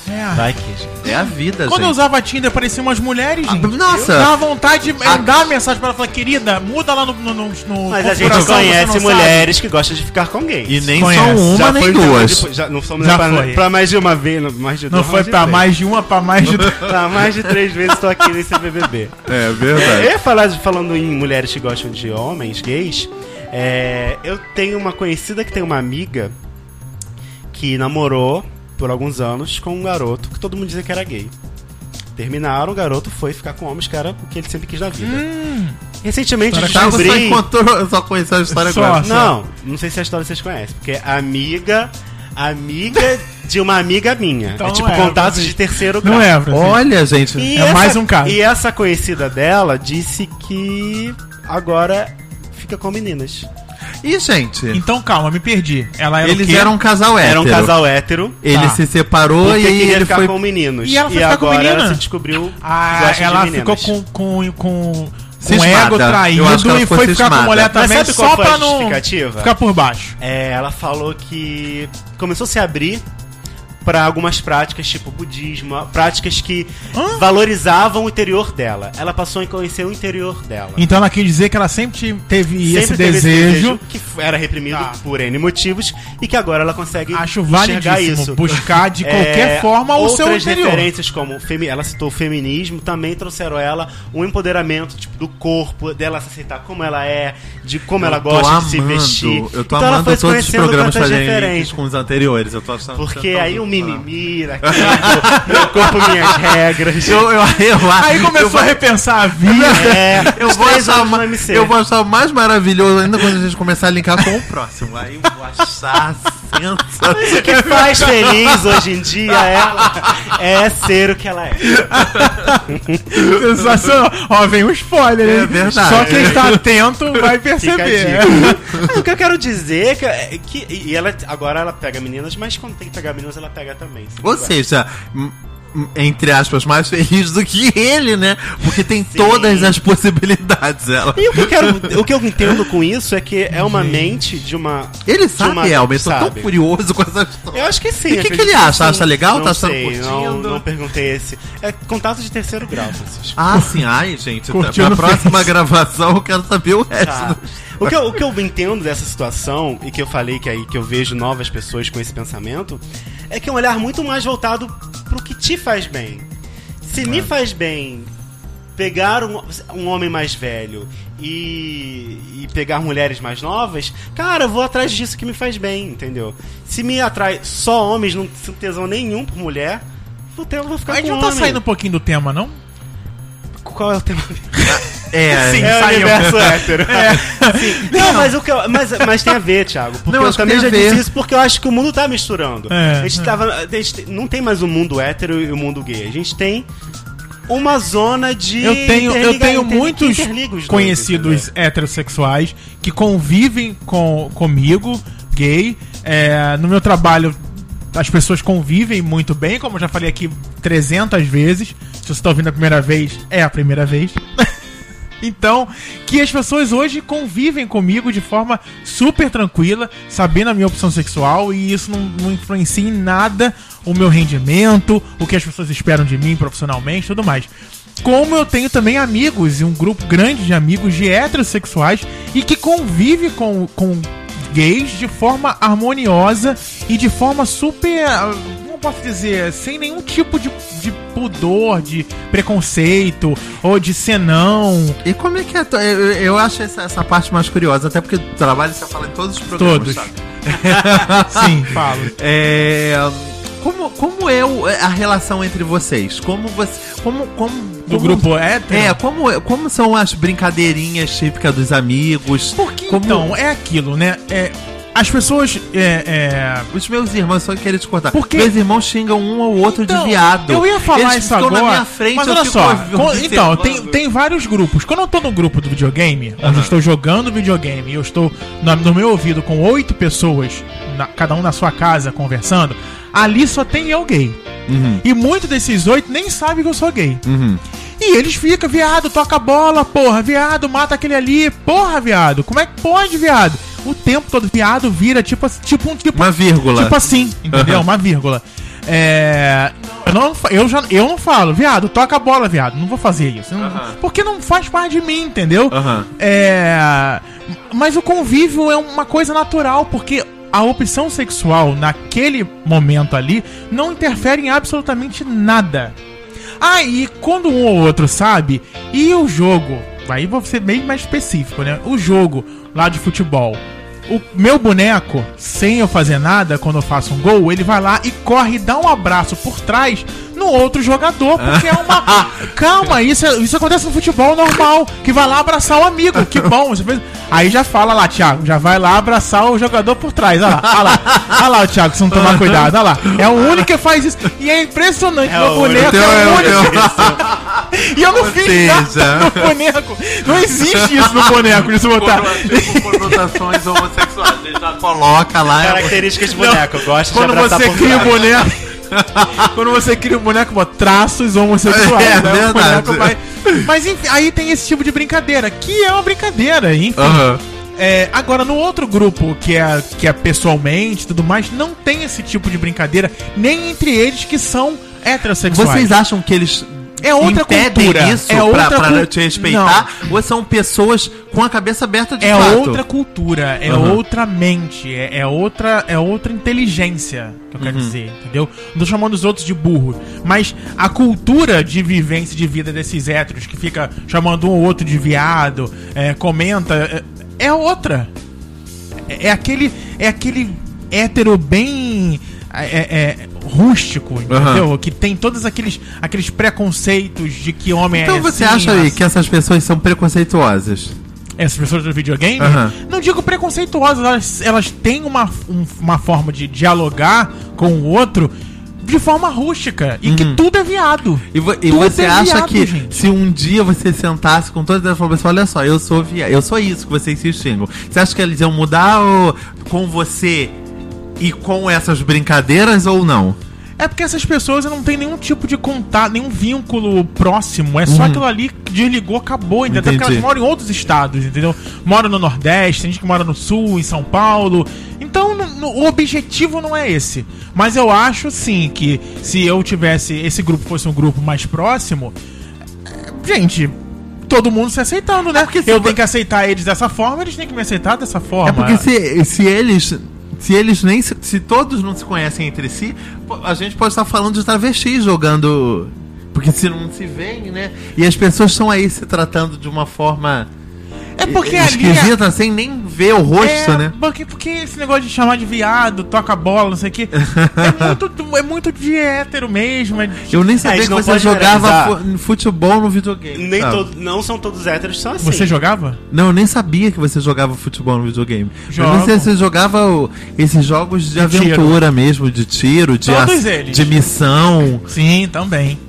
A: É.
B: Vai que, gente.
C: É a vida,
A: Quando eu
C: gente.
A: usava Tinder, pareciam umas mulheres,
C: Ah,
A: gente.
C: nossa.
A: Eu dava vontade de
C: Ah.
A: mandar mensagem pra ela falar, querida, muda lá no. no, no, no
B: Mas
A: configuração,
B: a gente
A: Um você não
B: conhece
A: sabe."
B: mulheres que gostam de ficar com gays.
C: E nem
A: Conhece.
C: são uma nem
B: pra-
C: duas.
B: de- já, não somos
A: Já
B: pra,
A: foi.
B: pra mais de uma vez, não- mais de
A: Não
B: duas,
A: foi
B: de
A: pra
B: três.
A: mais de uma, pra mais de duas.
B: Pra mais de três vezes tô aqui nesse BBB.
C: É verdade.
B: Eu ia falar, falando em mulheres que gostam de homens gays, é, eu tenho uma conhecida que tem uma amiga que namorou por alguns anos com um garoto que todo mundo dizia que era gay. Terminaram, o garoto foi ficar com homens, que era o que ele sempre quis na vida. Recentemente
C: O Thiago só
B: descobri...
C: encontrou, só conheceu a história
A: Só.
C: agora.
B: Não, não sei se a história vocês conhecem, porque é amiga, amiga de uma amiga minha.
A: Então
B: é tipo
A: não é,
B: contatos
A: Francisco.
B: de terceiro grau.
A: Não é, Francisco.
C: Olha, gente.
B: E
A: É mais um caso.
B: E essa conhecida dela disse que agora fica com meninas.
C: E, gente,
A: Então calma, me perdi. Ela era
C: eles
A: o quê?
C: eram um casal hétero.
B: Era um casal hétero.
C: Ele
A: Tá.
C: se separou
B: Porque
C: e
B: queria
C: ele
B: ficar
C: foi...
B: com meninos.
A: E ela foi ficar com
B: agora
A: menina?
B: ela se descobriu que
A: Ah,
B: gosta de
A: ela ficou
B: meninas.
A: com com com, com
C: Cismada.
A: ego traído
C: Eu acho que ela
A: e
C: ficou
A: foi ficar com
C: cismada.
A: mulher
B: Mas
A: também
B: sabe qual
A: só
B: foi a
A: pra não
B: justificativa?
A: ficar por baixo.
B: É, ela falou que começou a se abrir pra algumas práticas, tipo budismo, práticas que
A: Hã?
B: valorizavam o interior dela. Ela passou a conhecer o interior dela.
A: Então ela quis dizer que ela sempre te- teve, esse,
B: teve
A: desejo.
B: que f- era reprimido
A: Tá.
B: por N motivos e que agora ela consegue
A: Acho
B: enxergar
A: validíssimo buscar de qualquer
B: É,
A: forma o seu
B: outras
A: interior.
B: referências como femi- ela citou o feminismo também trouxeram ela um empoderamento tipo do corpo dela se aceitar como ela é de como
C: Eu
B: ela
C: tô
B: gosta de se
C: amando,
B: vestir
C: Eu
B: Então
C: tô
B: ela foi
C: amando
B: se
C: todos os
B: conhecendo
C: programas Então,
B: com essas
C: fazerem links
B: referências.
C: com os anteriores. Eu tô achando tá
B: porque
C: tão
B: aí o
C: bom.
B: mimimi
C: [laughs]
B: daquilo, meu corpo minhas regras
C: Eu, eu, eu,
A: Aí começou
C: eu vou-
A: a repensar a
C: [laughs]
A: vida. [laughs]
B: é,
C: Eu
B: os
C: vou,
B: três
C: achar,
B: anos
C: ma-
B: no MC.
C: eu vou achar o mais maravilhoso ainda quando a gente começar a linkar com o próximo. Aí eu vou achar
B: O que
C: sensacional.
B: faz feliz hoje em dia ela é ser o que ela é.
A: Sensacional. Ó, vem um spoiler, hein?
C: É verdade.
A: Só quem está atento vai
B: Fica a
A: perceber.
B: dica. [laughs] o que eu quero dizer é que, é que- e ela agora ela pega meninas, mas quando tem que pegar meninas ela pega também.
C: Ou seja, m- m- entre aspas, mais feliz do que ele, né? Porque tem todas as possibilidades. Ela.
B: E o que, eu quero, o que eu entendo com isso é que é uma mente de uma.
C: Ele
B: de
C: sabe,
B: uma-
C: Elmer, eu tô tão
B: sabe.
C: curioso com essa história.
B: Eu acho que sim.
C: E o que que
B: acredito
C: ele acha?
B: sim.
C: Acha legal?
B: Não
C: Tá achando
B: sei, não,
C: curtindo?
B: não perguntei esse. É contato de terceiro grau, Francisco.
C: Ah, sim, ai, gente.
A: Curtiu
C: Na
A: no
C: próxima gravação eu quero saber o resto.
B: Tá. [laughs] O que, eu, o que eu entendo dessa situação, e que eu falei que aí que eu vejo novas pessoas com esse pensamento, é que é um olhar muito mais voltado pro que te faz bem. Se me faz bem pegar um, um homem mais velho e, e pegar mulheres mais novas, cara, eu vou atrás disso que me faz bem, entendeu? Se me atrai só homens, não sinto tesão nenhum por mulher, vou, ter, vou ficar
A: A gente
B: com
A: não tá
B: homem.
A: saindo um pouquinho do tema, não?
B: Qual é o tema?
C: É,
B: Sim,
A: Sim,
B: é o
A: saiu. [laughs]
B: universo hétero. É. Sim. Não, mas, o que eu- mas, mas tem a ver, Thiago. Porque
C: Não,
B: eu
C: acho que
B: também já
C: tem a ver.
B: disse isso porque eu acho que o mundo tá misturando.
A: É,
B: a gente
A: é.
B: tava. a gente não tem mais o mundo hétero e o mundo gay. A gente tem uma zona de.
A: Eu tenho, eu
B: interliga-
A: tenho
B: inter- que
A: muitos
B: interliga os dois,
A: conhecidos
B: entendeu?
A: heterossexuais que convivem com, comigo, gay. É, no meu trabalho, as pessoas convivem muito bem, como eu já falei aqui 300 vezes. Se você tá ouvindo a primeira vez, é a primeira vez. Então, que as pessoas hoje convivem comigo de forma super tranquila, sabendo a minha opção sexual, e isso não, não influencia em nada o meu rendimento, o que as pessoas esperam de mim profissionalmente tudo mais. Como eu tenho também amigos, e um grupo grande de amigos de heterossexuais e que convive com, com gays de forma harmoniosa e de forma super. ah, Como posso dizer? Sem nenhum tipo de, de pudor, de preconceito ou de senão.
C: E como é que é? to- Eu, eu acho essa, essa parte mais curiosa, até porque do trabalho você fala em todos os programas.
A: Todos.
C: sabe?
A: Sim, falo.
C: É, como, como é o- a relação entre vocês? Como você. Como. como
A: Do
C: como-
A: grupo hétero?
C: É, como, como são as brincadeirinhas típicas dos amigos?
A: Porque
C: Como-
A: então, é aquilo, né? É, as pessoas. É, é,
C: Os meus irmãos, só queria te cortar.
A: Porque-
C: Meus irmãos xingam um ao outro
A: Então,
C: de viado.
A: Eu ia falar
C: Eles
A: isso
C: ficam
A: agora.
C: na minha frente,
A: mas
C: eu
A: olha
C: fico
A: só.
C: ouvindo,
A: com- então, tem,
C: observando.
A: tem vários grupos. Quando eu tô no grupo do videogame, onde
C: Aham.
A: eu estou jogando videogame e eu estou na- no meu ouvido com oito pessoas, na- cada um na sua casa conversando, ali só tem eu gay.
C: Uhum,
A: E muito desses oito nem sabe que eu sou gay.
C: uhum.
A: E eles ficam, viado, toca a bola, porra, viado, mata aquele ali, porra, viado, como é que pode, viado? O tempo todo, viado vira tipo, tipo um tipo
C: Uma vírgula.
A: Tipo assim, entendeu?
C: Aham.
A: Uma vírgula. É. Eu não, fa- eu, já, eu não falo, viado, toca a bola, viado. Não vou fazer isso. Não-
C: Aham.
A: Porque não faz parte de mim, entendeu?
C: Aham.
A: É. Mas o convívio é uma coisa natural, porque a opção sexual naquele momento ali não interfere em absolutamente nada. Aí, quando um ou outro sabe, e o jogo, aí vou ser bem mais específico, né? O jogo lá de futebol. O meu boneco, sem eu fazer nada, quando eu faço um gol, ele vai lá e corre e dá um abraço por trás no outro jogador, porque é uma.
B: [laughs]
A: Calma, isso, é- isso acontece no futebol normal, que vai lá abraçar o amigo, que bom. você fez- Aí já fala lá, Thiago, já vai lá abraçar o jogador por trás. Olha lá, olha lá, olha lá o Thiago, se não tomar cuidado, olha lá. É o único que faz isso. E é impressionante,
B: É
A: meu
B: o único.
A: boneco
C: Então,
A: é o
C: eu-
A: único. [laughs]
C: eu-
A: E eu não
C: Ou
A: fiz
C: seja-
A: nada no boneco. Não existe isso no boneco, de se botar.
C: Tá. com conotações homossexuais. Ele já coloca lá. é
B: Características de boneco. Eu gosto
A: Quando
B: de abraçar
A: você
C: um
B: por
A: cria o
B: trás.
A: boneco. [laughs] Quando você cria o boneco, bota traços homossexuais. né?
C: É,
A: O
C: verdade.
A: boneco vai- Mas enfim, aí tem esse tipo de brincadeira, que é uma brincadeira, enfim.
C: Aham.
A: É, agora, no outro grupo, que é, que é pessoalmente e tudo mais, não tem esse tipo de brincadeira, nem entre eles que são heterossexuais.
C: Vocês acham que eles
A: É outra
C: impedem
A: cultura.
C: isso
A: É
C: pra,
A: outra
C: pra
A: cul-
C: te respeitar? Ou são pessoas com a cabeça aberta de
A: É
C: fato?
A: outra cultura, é
C: Aham.
A: outra mente, é, é outra é outra inteligência, que eu quero
C: Uhum.
A: dizer, entendeu? Não tô chamando os outros de burro, mas a cultura de vivência de vida desses héteros que fica chamando um ou outro de viado, é, comenta, é, é outra. É, é aquele é aquele hétero bem é, é, rústico, entendeu? Que tem todos aqueles aqueles preconceitos de que homem é
C: Então você
A: assim,
C: acha aí que essas pessoas são preconceituosas?
A: essas pessoas do videogame,
C: Aham.
A: não digo preconceituosas, elas, elas têm uma, um- uma forma de dialogar com o outro de forma rústica e que tudo é viado.
C: Uhum. E, vo- e
A: Tudo
C: você
A: é
C: acha
A: viado,
C: que
A: gente.
C: se um dia você sentasse com todas elas e falasse, olha só, eu sou via, eu sou isso que vocês se xingam. Você acha que eles iam mudar ou- com você e com essas brincadeiras ou não?
A: É porque essas pessoas não têm nenhum tipo de contato, nenhum vínculo próximo. É só aquilo ali que desligou, acabou, entendeu? Até Porque
C: Uhum. Entendi.
A: elas moram em outros estados, entendeu? Moram no Nordeste, tem gente que mora no Sul, em São Paulo. Então, não- não- o objetivo não é esse. Mas eu acho, sim, que se eu tivesse. Esse grupo fosse um grupo mais próximo. é, Gente. Todo mundo se aceitando, né?
C: É porque se
A: eu
C: vo-
A: tenho que aceitar eles dessa forma, eles têm que me aceitar dessa forma.
C: É porque se, se eles. Se eles nem. Se, se todos não se conhecem entre si, pô, a gente pode estar falando de travestis jogando Porque se não se vem, né? E as pessoas estão aí se tratando de uma forma
A: É porque
C: e-
A: ali.
C: esquisita, sem nem ver o rosto,
A: é,
C: né?
A: Porque, porque esse negócio de chamar de viado, toca bola, não sei o quê.
C: [laughs]
A: É muito, é muito de hétero mesmo. É de-
C: Eu nem
B: a
C: sabia
B: gente
C: que
B: não
C: você
B: pode
C: jogava
B: generalizar.
C: fu- futebol no videogame.
B: Nem
C: Ah,
B: todo- não são todos héteros que são assim.
A: Você jogava?
C: Não, eu nem sabia que você jogava futebol no videogame.
A: Jogo.
C: Eu não sei se você jogava o- esses jogos de, aventura mesmo, de tiro, de,
A: Todos
C: aç-
A: eles.
C: de missão.
A: Sim, também.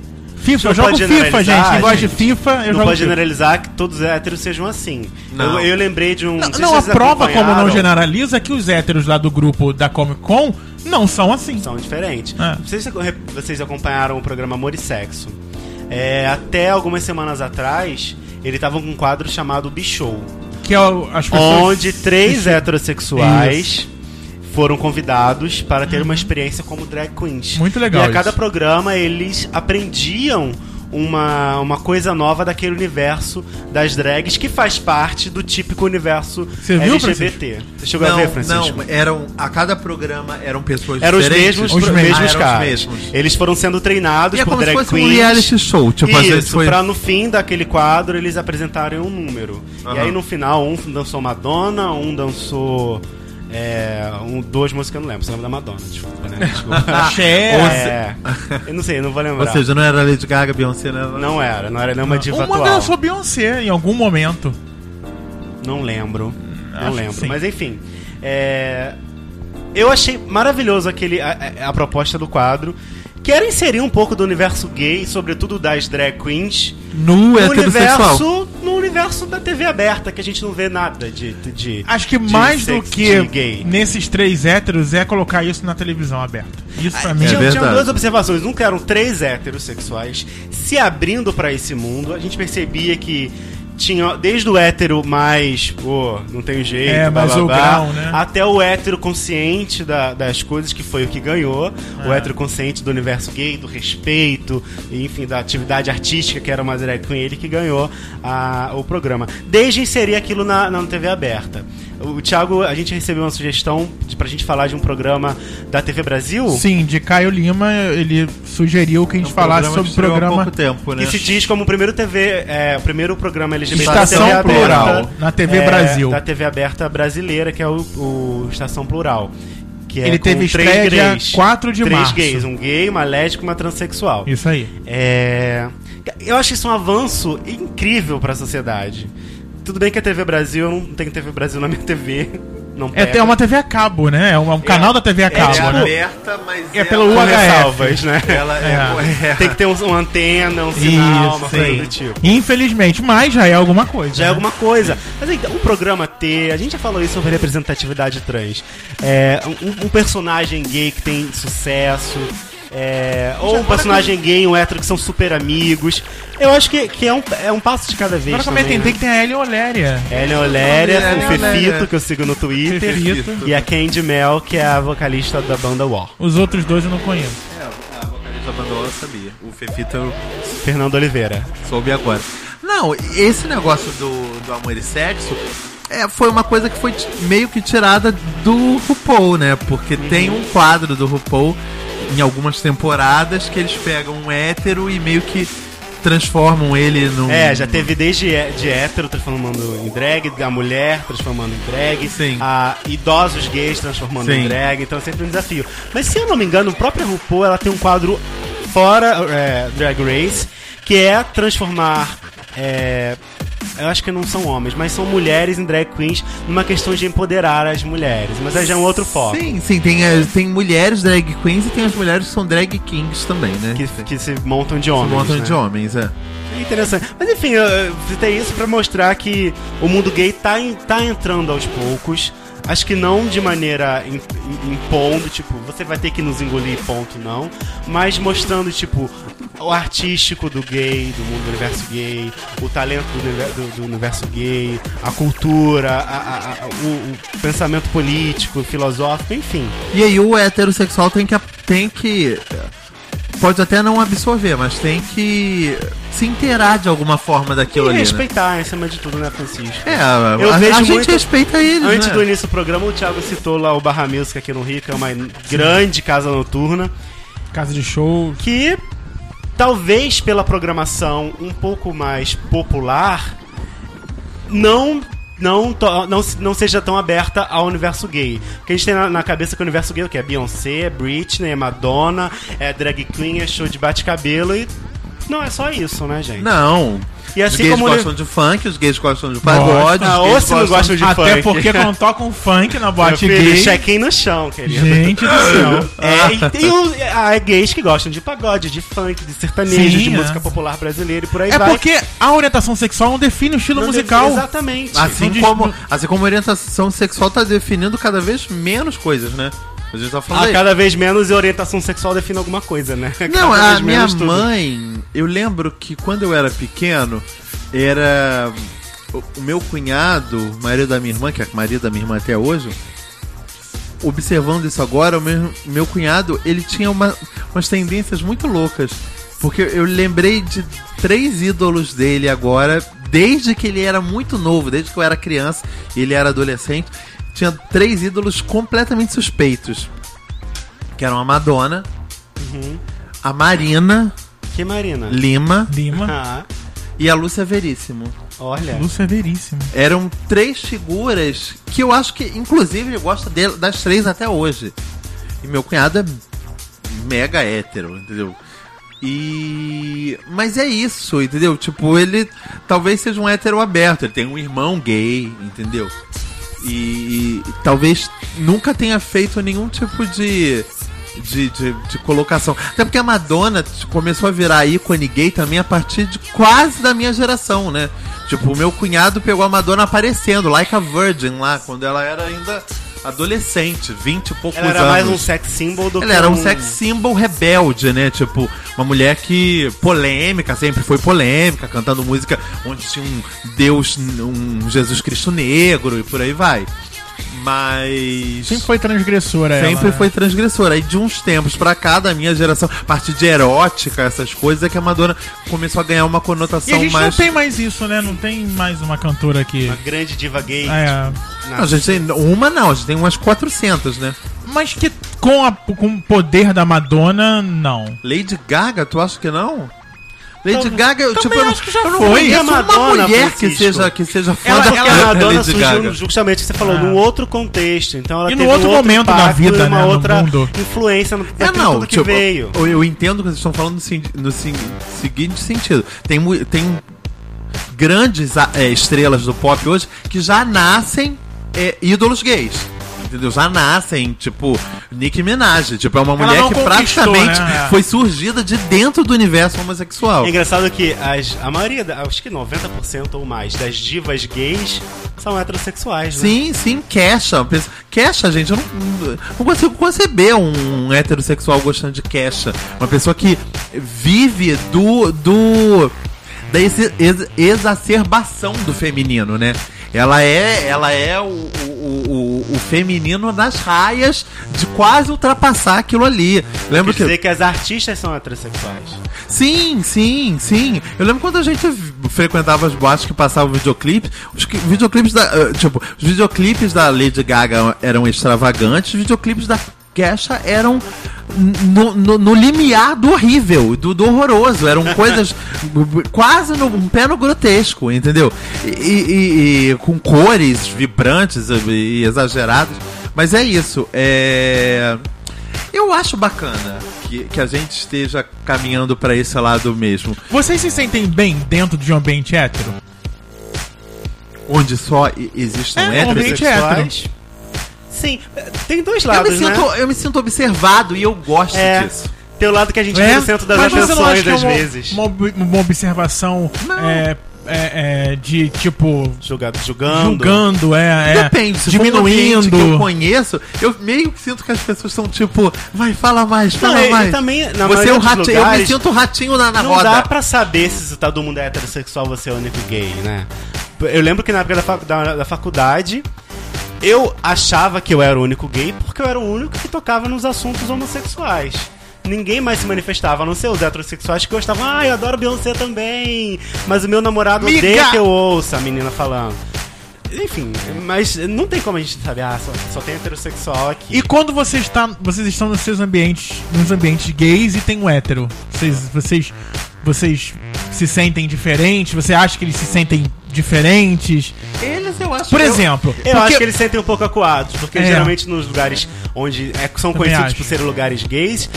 A: FIFA, eu
B: Não
A: jogo
B: pode
A: FIFA,
B: generalizar,
A: gente. Quem gosta de
B: gente.
A: FIFA, eu
B: não
A: jogo
B: pode
A: FIFA.
B: generalizar que todos os héteros sejam assim.
C: Não.
B: Eu, eu lembrei de um.
A: Não,
B: sei se
A: não, a
B: vocês
A: prova como não
B: acompanharam,
A: generaliza é que os héteros lá do grupo da Comic Con não são assim.
B: São diferentes.
A: É.
B: Vocês, vocês acompanharam o programa Amor e Sexo. É, até algumas semanas atrás, ele tava com um quadro chamado Bichou.
A: Que é o- as pessoas.
B: onde três heterossexuais foram convidados para ter uma experiência como drag queens.
A: Muito legal
B: E a cada
A: isso.
B: programa eles aprendiam uma, uma coisa nova daquele universo das drags que faz parte do típico universo
A: Você viu,
B: LGBT. Você chegou a
C: Não,
B: ver, Francisco?
C: não, eram. A cada programa eram pessoas
B: Eram os
C: diferentes.
B: mesmos,
A: Os
B: pro-
A: mesmos.
B: mesmos
C: Ah, eram os
B: caras. [laughs]
C: mesmos.
B: Eles foram sendo treinados
C: E é
B: por
C: como se
B: drag
C: fosse
B: queens.
C: um reality show. Tipo, a gente
B: Isso,
C: foi.
B: pra no fim daquele quadro eles apresentarem um número. E
C: Aham.
B: aí no final, um dançou Madonna, um dançou. É, um, duas músicas eu não lembro, você lembra da Madonna, desculpa, né? Desculpa.
A: Axé.
B: é, eu não sei, eu não vou
C: Ah, Ou
B: lembrar.
C: seja, não era Lady Gaga, Beyoncé, né?
B: não era, não era nenhuma diva
A: Uma
B: atual.
A: dançou Beyoncé em algum momento.
B: Não lembro.
A: Hum, acho
B: não
A: que
B: lembro.
A: sim.
B: Mas enfim. é, Eu achei maravilhoso aquele, a, a- a proposta do quadro. Que era inserir um pouco do universo gay, sobretudo das drag queens,
C: Nu é
A: é
B: no
C: heterossexual. um
B: universo, no universo da TV aberta, que a gente não vê nada de. de- de-
A: Acho que
B: de
A: mais do
B: sex-
A: que
B: de gay.
A: nesses três héteros é colocar isso na televisão aberta. Isso pra mim
C: é
B: Tinha,
A: é
C: verdade.
B: tinham duas observações. Nunca eram três heterossexuais se abrindo pra esse mundo. A gente percebia que tinha desde o hétero mais, pô, não tem jeito,
A: É,
B: blá,
A: mais
B: blá,
A: o
B: blá,
A: grau, né?
B: até o hétero consciente da- das coisas, que foi o que ganhou.
A: É.
B: O hétero consciente do universo gay, do respeito, e, enfim, da atividade artística, que era uma drag queen, ele que ganhou a- o programa. Desde inserir aquilo na, na TV aberta. O Thiago, a gente recebeu uma sugestão de, pra gente falar de um programa da TV Brasil.
A: Sim, de Caio Lima, ele sugeriu que a
C: É um
A: gente falasse sobre o
C: chegou há
A: programa
C: pouco tempo, né?
B: Que se diz como o primeiro TV, é, o primeiro programa LGBT
A: Estação
B: da TV
A: Plural, na TV Brasil.
B: é, Da TV aberta brasileira, que é o, o Estação Plural. Que é
A: Ele
B: com
A: teve
B: três
A: estreia dia
B: gays.
A: 4 de
B: três
A: março.
B: gays, um gay, uma lésbica e uma transexual.
A: Isso aí.
B: É, eu acho isso um avanço incrível pra sociedade. Tudo bem que a TV Brasil, eu não tenho TV Brasil na minha TV. Não
A: É, é uma TV a cabo, né? É um, é um canal da TV a
C: Ela
A: cabo,
C: é
A: né?
C: aberta, mas.
A: É pelo
B: com
A: UHF. [laughs]
B: ressalvas, né?
C: Ela é. é.
B: Tem que ter um- uma antena, um sinal, uma
A: Isso,
B: coisa
A: sim.
B: do tipo.
A: Infelizmente, mas já é alguma coisa.
B: Já é
A: né?
B: alguma coisa. Mas então, um programa ter, a gente já falou isso sobre representatividade trans. É, um, um personagem gay que tem sucesso. é, ou um personagem gay e um hétero que são super amigos. Eu acho que, que é, um, é um passo de cada vez.
A: Agora que eu me
B: também,
A: atentei
B: né?
A: que tem a Elia Oléria.
B: Ellen Oléria,
C: Ellen
B: o
C: Oléria.
B: Fefito, que eu sigo no
A: [laughs]
B: Twitter.
A: Fefito.
B: E a Candy Mel, que é a vocalista da banda War.
A: Os outros dois eu não conheço.
C: É, a vocalista abandonou, eu sabia. O Fefita eu
B: Fernando Oliveira.
C: soube agora. Não, esse negócio do, do amor e sexo é, foi uma coisa que foi ti- meio que tirada do RuPaul, né? Porque
B: Uhum.
C: tem um quadro do RuPaul em algumas temporadas que eles pegam um hétero e meio que transformam ele num.
B: É, já teve desde hé- de hétero transformando em drag, da mulher transformando em drag,
C: Sim.
B: a idosos gays transformando em
C: Sim.
B: drag, então é sempre um desafio. Mas se eu não me engano, o próprio RuPaul ela tem um quadro fora é, Drag Race, que é transformar. é, eu acho que não são homens, mas são mulheres em drag queens numa questão de empoderar as mulheres. Mas aí já é um outro foco.
C: Sim, sim, tem, as- tem mulheres drag queens e tem as mulheres que são drag kings também, né?
B: Que, que se montam de
C: um
B: homens.
C: montão
B: né?
C: de homens, é.
B: É Interessante. Mas enfim, eu- eu citei isso pra mostrar que o mundo gay tá, en- tá entrando aos poucos. Acho que não de maneira im- im- impondo, tipo, você vai ter que nos engolir, ponto, não. Mas mostrando, tipo, o artístico do gay, do mundo do universo gay, o talento do, univer- do- do universo gay, a cultura, a- a- a- o, o pensamento político, filosófico, enfim.
C: E aí o heterossexual tem que. tem que. Pode até não absorver, mas tem que se inteirar de alguma forma
B: E
C: daquilo ali. Né?
B: respeitar, acima de tudo, né, Francisco?
C: É, a,
B: Eu
C: a-
B: vejo
C: a gente
B: muito-
C: respeita eles.
B: Antes
C: né?
B: do início do programa, o Thiago citou lá o Barra Music aqui no Rio, que é uma grande casa noturna,
A: Casa de shows.
B: que Talvez pela programação um pouco mais popular, não não, to- não, se- não seja tão aberta ao universo gay. Porque a gente tem na, na cabeça que o universo gay é o quê? É Beyoncé, é Britney, é Madonna, é drag queen, é show de bate-cabelo e. Não é só isso, né, gente?
C: Não.
B: E assim
C: os gays
B: como ele-
C: gostam de funk, os gays gostam de pagode.
B: Ah,
C: os
B: ou
C: gays
B: se não gostam de funk.
A: Até porque quando toca um funk na
B: Meu
A: boate
B: filho,
A: gay.
B: check-in no chão, querido.
A: Gente do céu.
B: É,
C: [laughs]
B: e tem os, ah, é gays que gostam de pagode, de funk, de sertanejo,
A: Sim,
B: de
A: é.
B: música popular brasileira e por aí
A: É
B: vai.
A: porque a orientação sexual não define o estilo
B: Não
A: musical.
B: deve- Exatamente.
A: Não
C: é Assim
A: diz-
C: como, assim como a orientação sexual tá definindo cada vez menos coisas, né? A gente tá falando
B: Ah,
C: aí.
B: cada vez menos e orientação sexual define alguma coisa, né?
C: Não,
B: Cada
C: a
B: vez
C: minha
B: menos tudo.
C: mãe, eu lembro que quando eu era pequeno, era o- o meu cunhado, o marido da minha irmã, que é marido da minha irmã até hoje, observando isso agora, o meu, meu cunhado, ele tinha uma- umas tendências muito loucas. Porque eu lembrei de três ídolos dele agora, desde que ele era muito novo, desde que eu era criança e ele era adolescente. Tinha três ídolos completamente suspeitos. Que eram a Madonna, a Marina
B: Que Marina?
C: Lima
A: Lima.
B: Ah,
C: e a Lúcia Veríssimo.
B: olha.
A: Lúcia é veríssimo.
C: Eram três figuras que eu acho que, inclusive, ele gosta de- das três até hoje. E meu cunhado é mega hétero, entendeu? E. Mas é isso, entendeu? Tipo, ele talvez seja um hétero aberto, ele tem um irmão gay, entendeu? E, e talvez nunca tenha feito nenhum tipo de. De, de, de colocação. Até porque a Madonna t- começou a virar ícone gay também a partir de quase da minha geração, né? Tipo, o meu cunhado pegou a Madonna aparecendo, like a virgin lá, quando ela era ainda adolescente, 20 e poucos
B: Ela era
C: anos.
B: mais um sex symbol do
C: Ela era um sex symbol rebelde, né? Tipo, uma mulher que polêmica, sempre foi polêmica, cantando música onde tinha um Deus, um Jesus Cristo negro e por aí vai. Mas.
A: Sempre foi transgressora
C: Sempre
A: ela, né?
C: foi transgressora. Aí de uns tempos pra cá, da minha geração, a partir de erótica, essas coisas, é que a Madonna começou a ganhar uma
A: E a
C: conotação
A: gente
C: mais.
A: não tem mais isso, né? Não tem mais uma cantora aqui.
B: Uma grande diva gay.
C: Ah,
A: É,
B: na-
C: Não, a gente tem uma não, a gente tem umas 400, né?
A: mas que com, a- com o poder da Madonna, não.
C: Lady Gaga, tu acha que não? Lady
B: Também-
C: Gaga, eu, tipo, eu não,
A: acho que já
C: eu não
A: foi.
C: conheço
B: E a
C: uma
B: É Madonna,
C: mulher
B: Francisco?
C: que seja, que seja fã
B: Ela,
C: da
B: ela, a Madonna
C: Lady Gaga.
B: surgiu justamente o que você falou,
A: Ah.
B: num outro contexto. Então ela
A: E num
B: teve um
A: outro momento da
B: impacto
A: vida,
B: e uma
A: né, no
B: outra
A: mundo.
B: influência no
C: É,
B: daquilo
C: não,
B: tudo que
C: tipo,
B: veio.
C: Eu, eu entendo o que vocês estão falando no, sen- no sen- seguinte sentido. Tem, mu- tem grandes a- é, estrelas do pop hoje que já nascem é, ídolos gays. Entendeu? Já nascem, tipo, Nicki Minaj. Tipo, é uma mulher
A: não
C: que
A: conquistou,
C: praticamente
A: né?
C: foi surgida de dentro do universo homossexual.
B: É engraçado que as, a maioria, da- acho que 90% ou mais das divas gays são heterossexuais, né?
C: Sim, sim, Kesha. Pensa- Kesha, gente, eu não, não consigo conceber um heterossexual gostando de Kesha. Uma pessoa que vive do. do da ex- ex- exacerbação do feminino, né? Ela é, ela é o, o, o, o feminino nas raias de quase ultrapassar aquilo ali. Lembro
B: Quer
C: que.
B: dizer que as artistas são heterossexuais.
C: Sim, sim, sim. Eu lembro quando a gente frequentava as boates que passavam videoclipes. Os que- videoclipes da. eh, tipo, os videoclipes da Lady Gaga eram extravagantes, os videoclipes da Kesha eram no, no, no limiar do horrível, do, do horroroso. Eram coisas [laughs] quase no um pé no grotesco, entendeu? E, e- e com cores vibrantes e exageradas. Mas é isso. É. Eu acho bacana que, que a gente esteja caminhando pra esse lado mesmo,
A: Vocês se sentem bem dentro de um ambiente hétero?
C: onde só e- existam
A: É,
C: héteros.
A: realmente é.
B: Heterossexuais. Sim, tem dois
C: Eu me,
B: lados, né?
C: sinto, eu me sinto observado e eu gosto
B: É.
C: disso.
B: Tem o lado que a gente
C: É?
B: vê no centro das
A: É? Mas você não acha
B: atenções,
A: que é
B: às
A: uma-
B: vezes.
A: Uma, ob- uma observação
C: Não.
A: é, é, é, de tipo.
B: Julgado, julgando.
A: Julgando, é, é
C: Depende, se for um ambiente
A: diminuindo.
C: que eu conheço, eu meio que sinto que as pessoas são tipo, vai, fala mais,
B: Não,
C: fala
B: eu,
C: mais.
B: eu também, na
C: Você é
B: maioria
C: o
B: dos
C: ratinho, eu me
B: lugares,
C: sinto o ratinho na, na
B: não
C: roda.
B: dá pra saber se todo mundo é heterossexual você é o único gay, né? Eu lembro que na época da, facu- da- da faculdade, eu achava que eu era o único gay porque eu era o único que tocava nos assuntos homossexuais. Ninguém mais se manifestava, a não ser os heterossexuais que gostavam. Ah, eu adoro Beyoncé também, mas o meu namorado
C: Miga!
B: odeia que eu ouça a menina falando. Enfim, mas não tem como a gente saber, ah, só, só tem heterossexual aqui.
A: E quando você está, vocês estão nos seus ambientes, nos ambientes gays e tem um hétero, vocês, vocês, vocês se sentem diferentes? Você acha que eles se sentem diferentes?
C: Eles, eu acho é
A: Por
C: eu-
A: exemplo,
B: Eu
A: porque-
B: acho que eles sentem um pouco acuados, porque
A: É.
B: geralmente nos lugares onde é- são
A: Também
B: conhecidos
A: acho.
B: por serem lugares gays,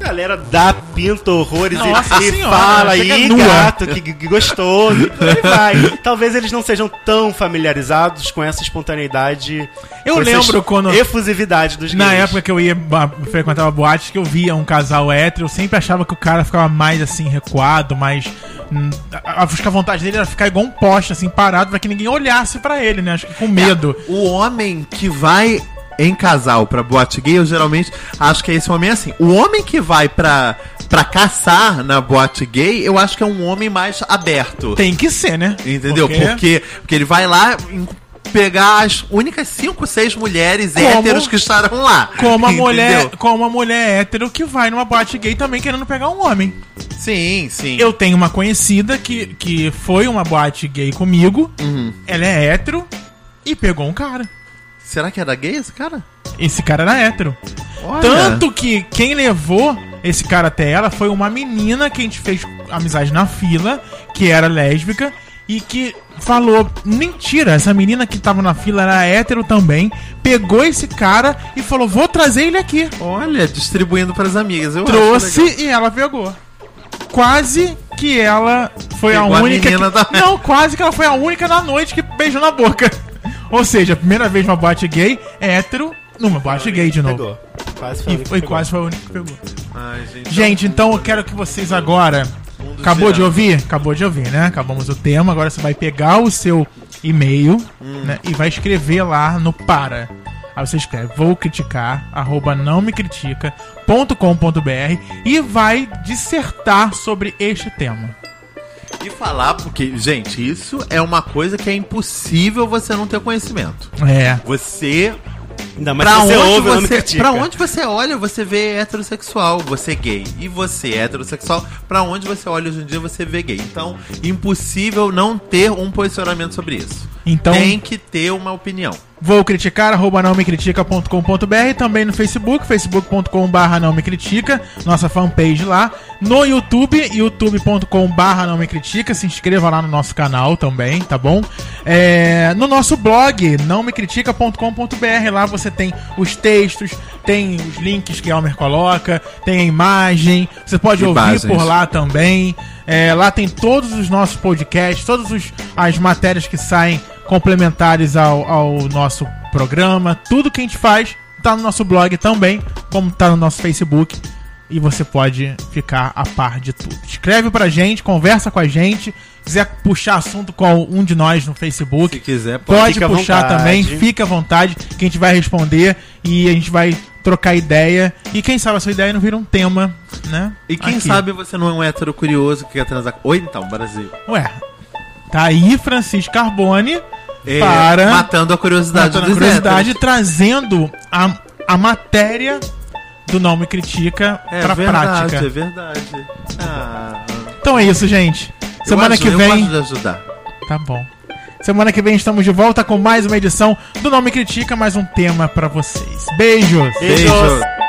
B: a galera dá pinta horrores
A: Nossa
B: e, e
A: senhora,
B: fala
A: chega
B: aí,
A: nua."
B: gato, que, que gostoso, e por aí vai. Talvez eles não sejam tão familiarizados com essa espontaneidade.
A: Eu
B: com essa
A: lembro
B: es-
A: quando-
B: Efusividade dos
A: Na
B: gays.
A: época que eu ia ba- frequentava boate, que eu via um casal hétero, eu sempre achava que o cara ficava mais assim, recuado, mais. hum, a- a- Acho que a vontade dele era ficar igual um poste, assim, parado, pra que ninguém olhasse pra ele, né? Acho que com medo.
C: O homem que vai em casal pra boate gay, eu geralmente acho que esse homem é assim. O homem que vai pra, pra caçar na boate gay, eu acho que é um homem mais aberto.
A: Tem que ser, né?
C: Entendeu?
A: Porque-
C: Porque, porque ele vai lá em- pegar as únicas cinco, seis mulheres
A: Como?
C: héteros que estarão lá.
A: Como a
C: [laughs] Entendeu?
A: mulher, como a mulher hétero que vai numa boate gay também querendo pegar um homem.
C: Sim, sim.
A: Eu tenho uma conhecida que, que foi uma boate gay comigo.
C: Uhum.
A: Ela é hétero e pegou um cara.
C: Será que era gay esse cara?
A: Esse cara era hétero.
C: Olha.
A: Tanto que quem levou esse cara até ela foi uma menina que a gente fez amizade na fila, que era lésbica, e que falou: mentira, essa menina que tava na fila era hétero também, pegou esse cara e falou: vou trazer ele aqui.
C: Olha, distribuindo pras amigas. Eu acho legal.
A: Trouxe e ela pegou. Quase que ela foi
C: Pegou
A: a
C: a
A: única.
C: menina
A: que-
C: da-
A: Não, quase que ela foi a única na noite que beijou na boca. Ou seja, a primeira vez numa boate gay, hétero, numa boate gay de novo.
B: Pegou. Quase foi.
A: E foi
B: pegou.
A: quase foi a única que pegou.
C: Ai, gente.
A: Gente, então eu quero que vocês agora.
C: dos
A: Acabou de
C: girados.
A: ouvir? Acabou de ouvir, né? Acabamos o tema. Agora você vai pegar o seu e-mail né, e vai escrever lá no para. Aí você escreve, vou criticar, arroba não me critica, ponto com ponto br, e vai dissertar sobre este tema.
C: E falar, porque, gente, isso é uma coisa que é impossível você não ter conhecimento.
A: É.
C: Você.
B: Ainda mais
C: Pra
B: que
C: onde,
B: você ouve o nome
C: você,
B: critica.
C: pra
A: é.
C: onde você olha, você vê heterossexual, você é gay. E você é heterossexual, pra onde você olha hoje em dia, você vê gay. Então, impossível não ter um posicionamento sobre isso.
A: Então,
C: Tem que ter uma opinião.
A: Vou criticar, arroba não me critica.com.br, também no Facebook, facebook.com barra não me critica, nossa fanpage lá, no YouTube, youtube.com barra não me critica, se inscreva lá no nosso canal também, tá bom? É, no nosso blog, não me critica.com.br, lá você tem os textos, tem os links que a Almer coloca, tem a imagem, você pode ouvir
C: Imagens.
A: por lá lá também. É, lá tem todos os nossos podcasts, todas os- as matérias que saem complementares ao, ao nosso programa. Tudo que a gente faz tá no nosso blog também, como tá no nosso Facebook. E você pode ficar a par de tudo. Escreve pra gente, conversa com a gente. Quiser puxar assunto com um de nós no Facebook,
C: Se quiser,
A: Pode
B: Fica à
A: puxar
B: vontade.
A: também, fica à vontade, que a gente vai responder e a gente vai trocar ideia. E quem sabe a sua ideia não vira um tema, né?
C: E quem
A: Aqui.
C: sabe você não é um hétero curioso que quer transar. Ou então, Brasil.
A: Ué, tá aí Francisco Carbone
C: É,
A: para
C: Matando a curiosidade
A: matando a
C: dos
A: curiosidade,
C: héteros.
A: trazendo a, a matéria do Não Me Critica
C: É
A: pra
C: verdade, é
A: prática.
C: verdade. Ah,
A: Então é isso, gente. Semana
C: eu
A: que
C: ajudo, Eu
A: vem.
C: gosto de ajudar.
A: Tá bom. Semana que vem estamos de volta com mais uma edição do Não Me Critica, mais um tema pra vocês. Beijos!
B: Beijos.
C: Beijos.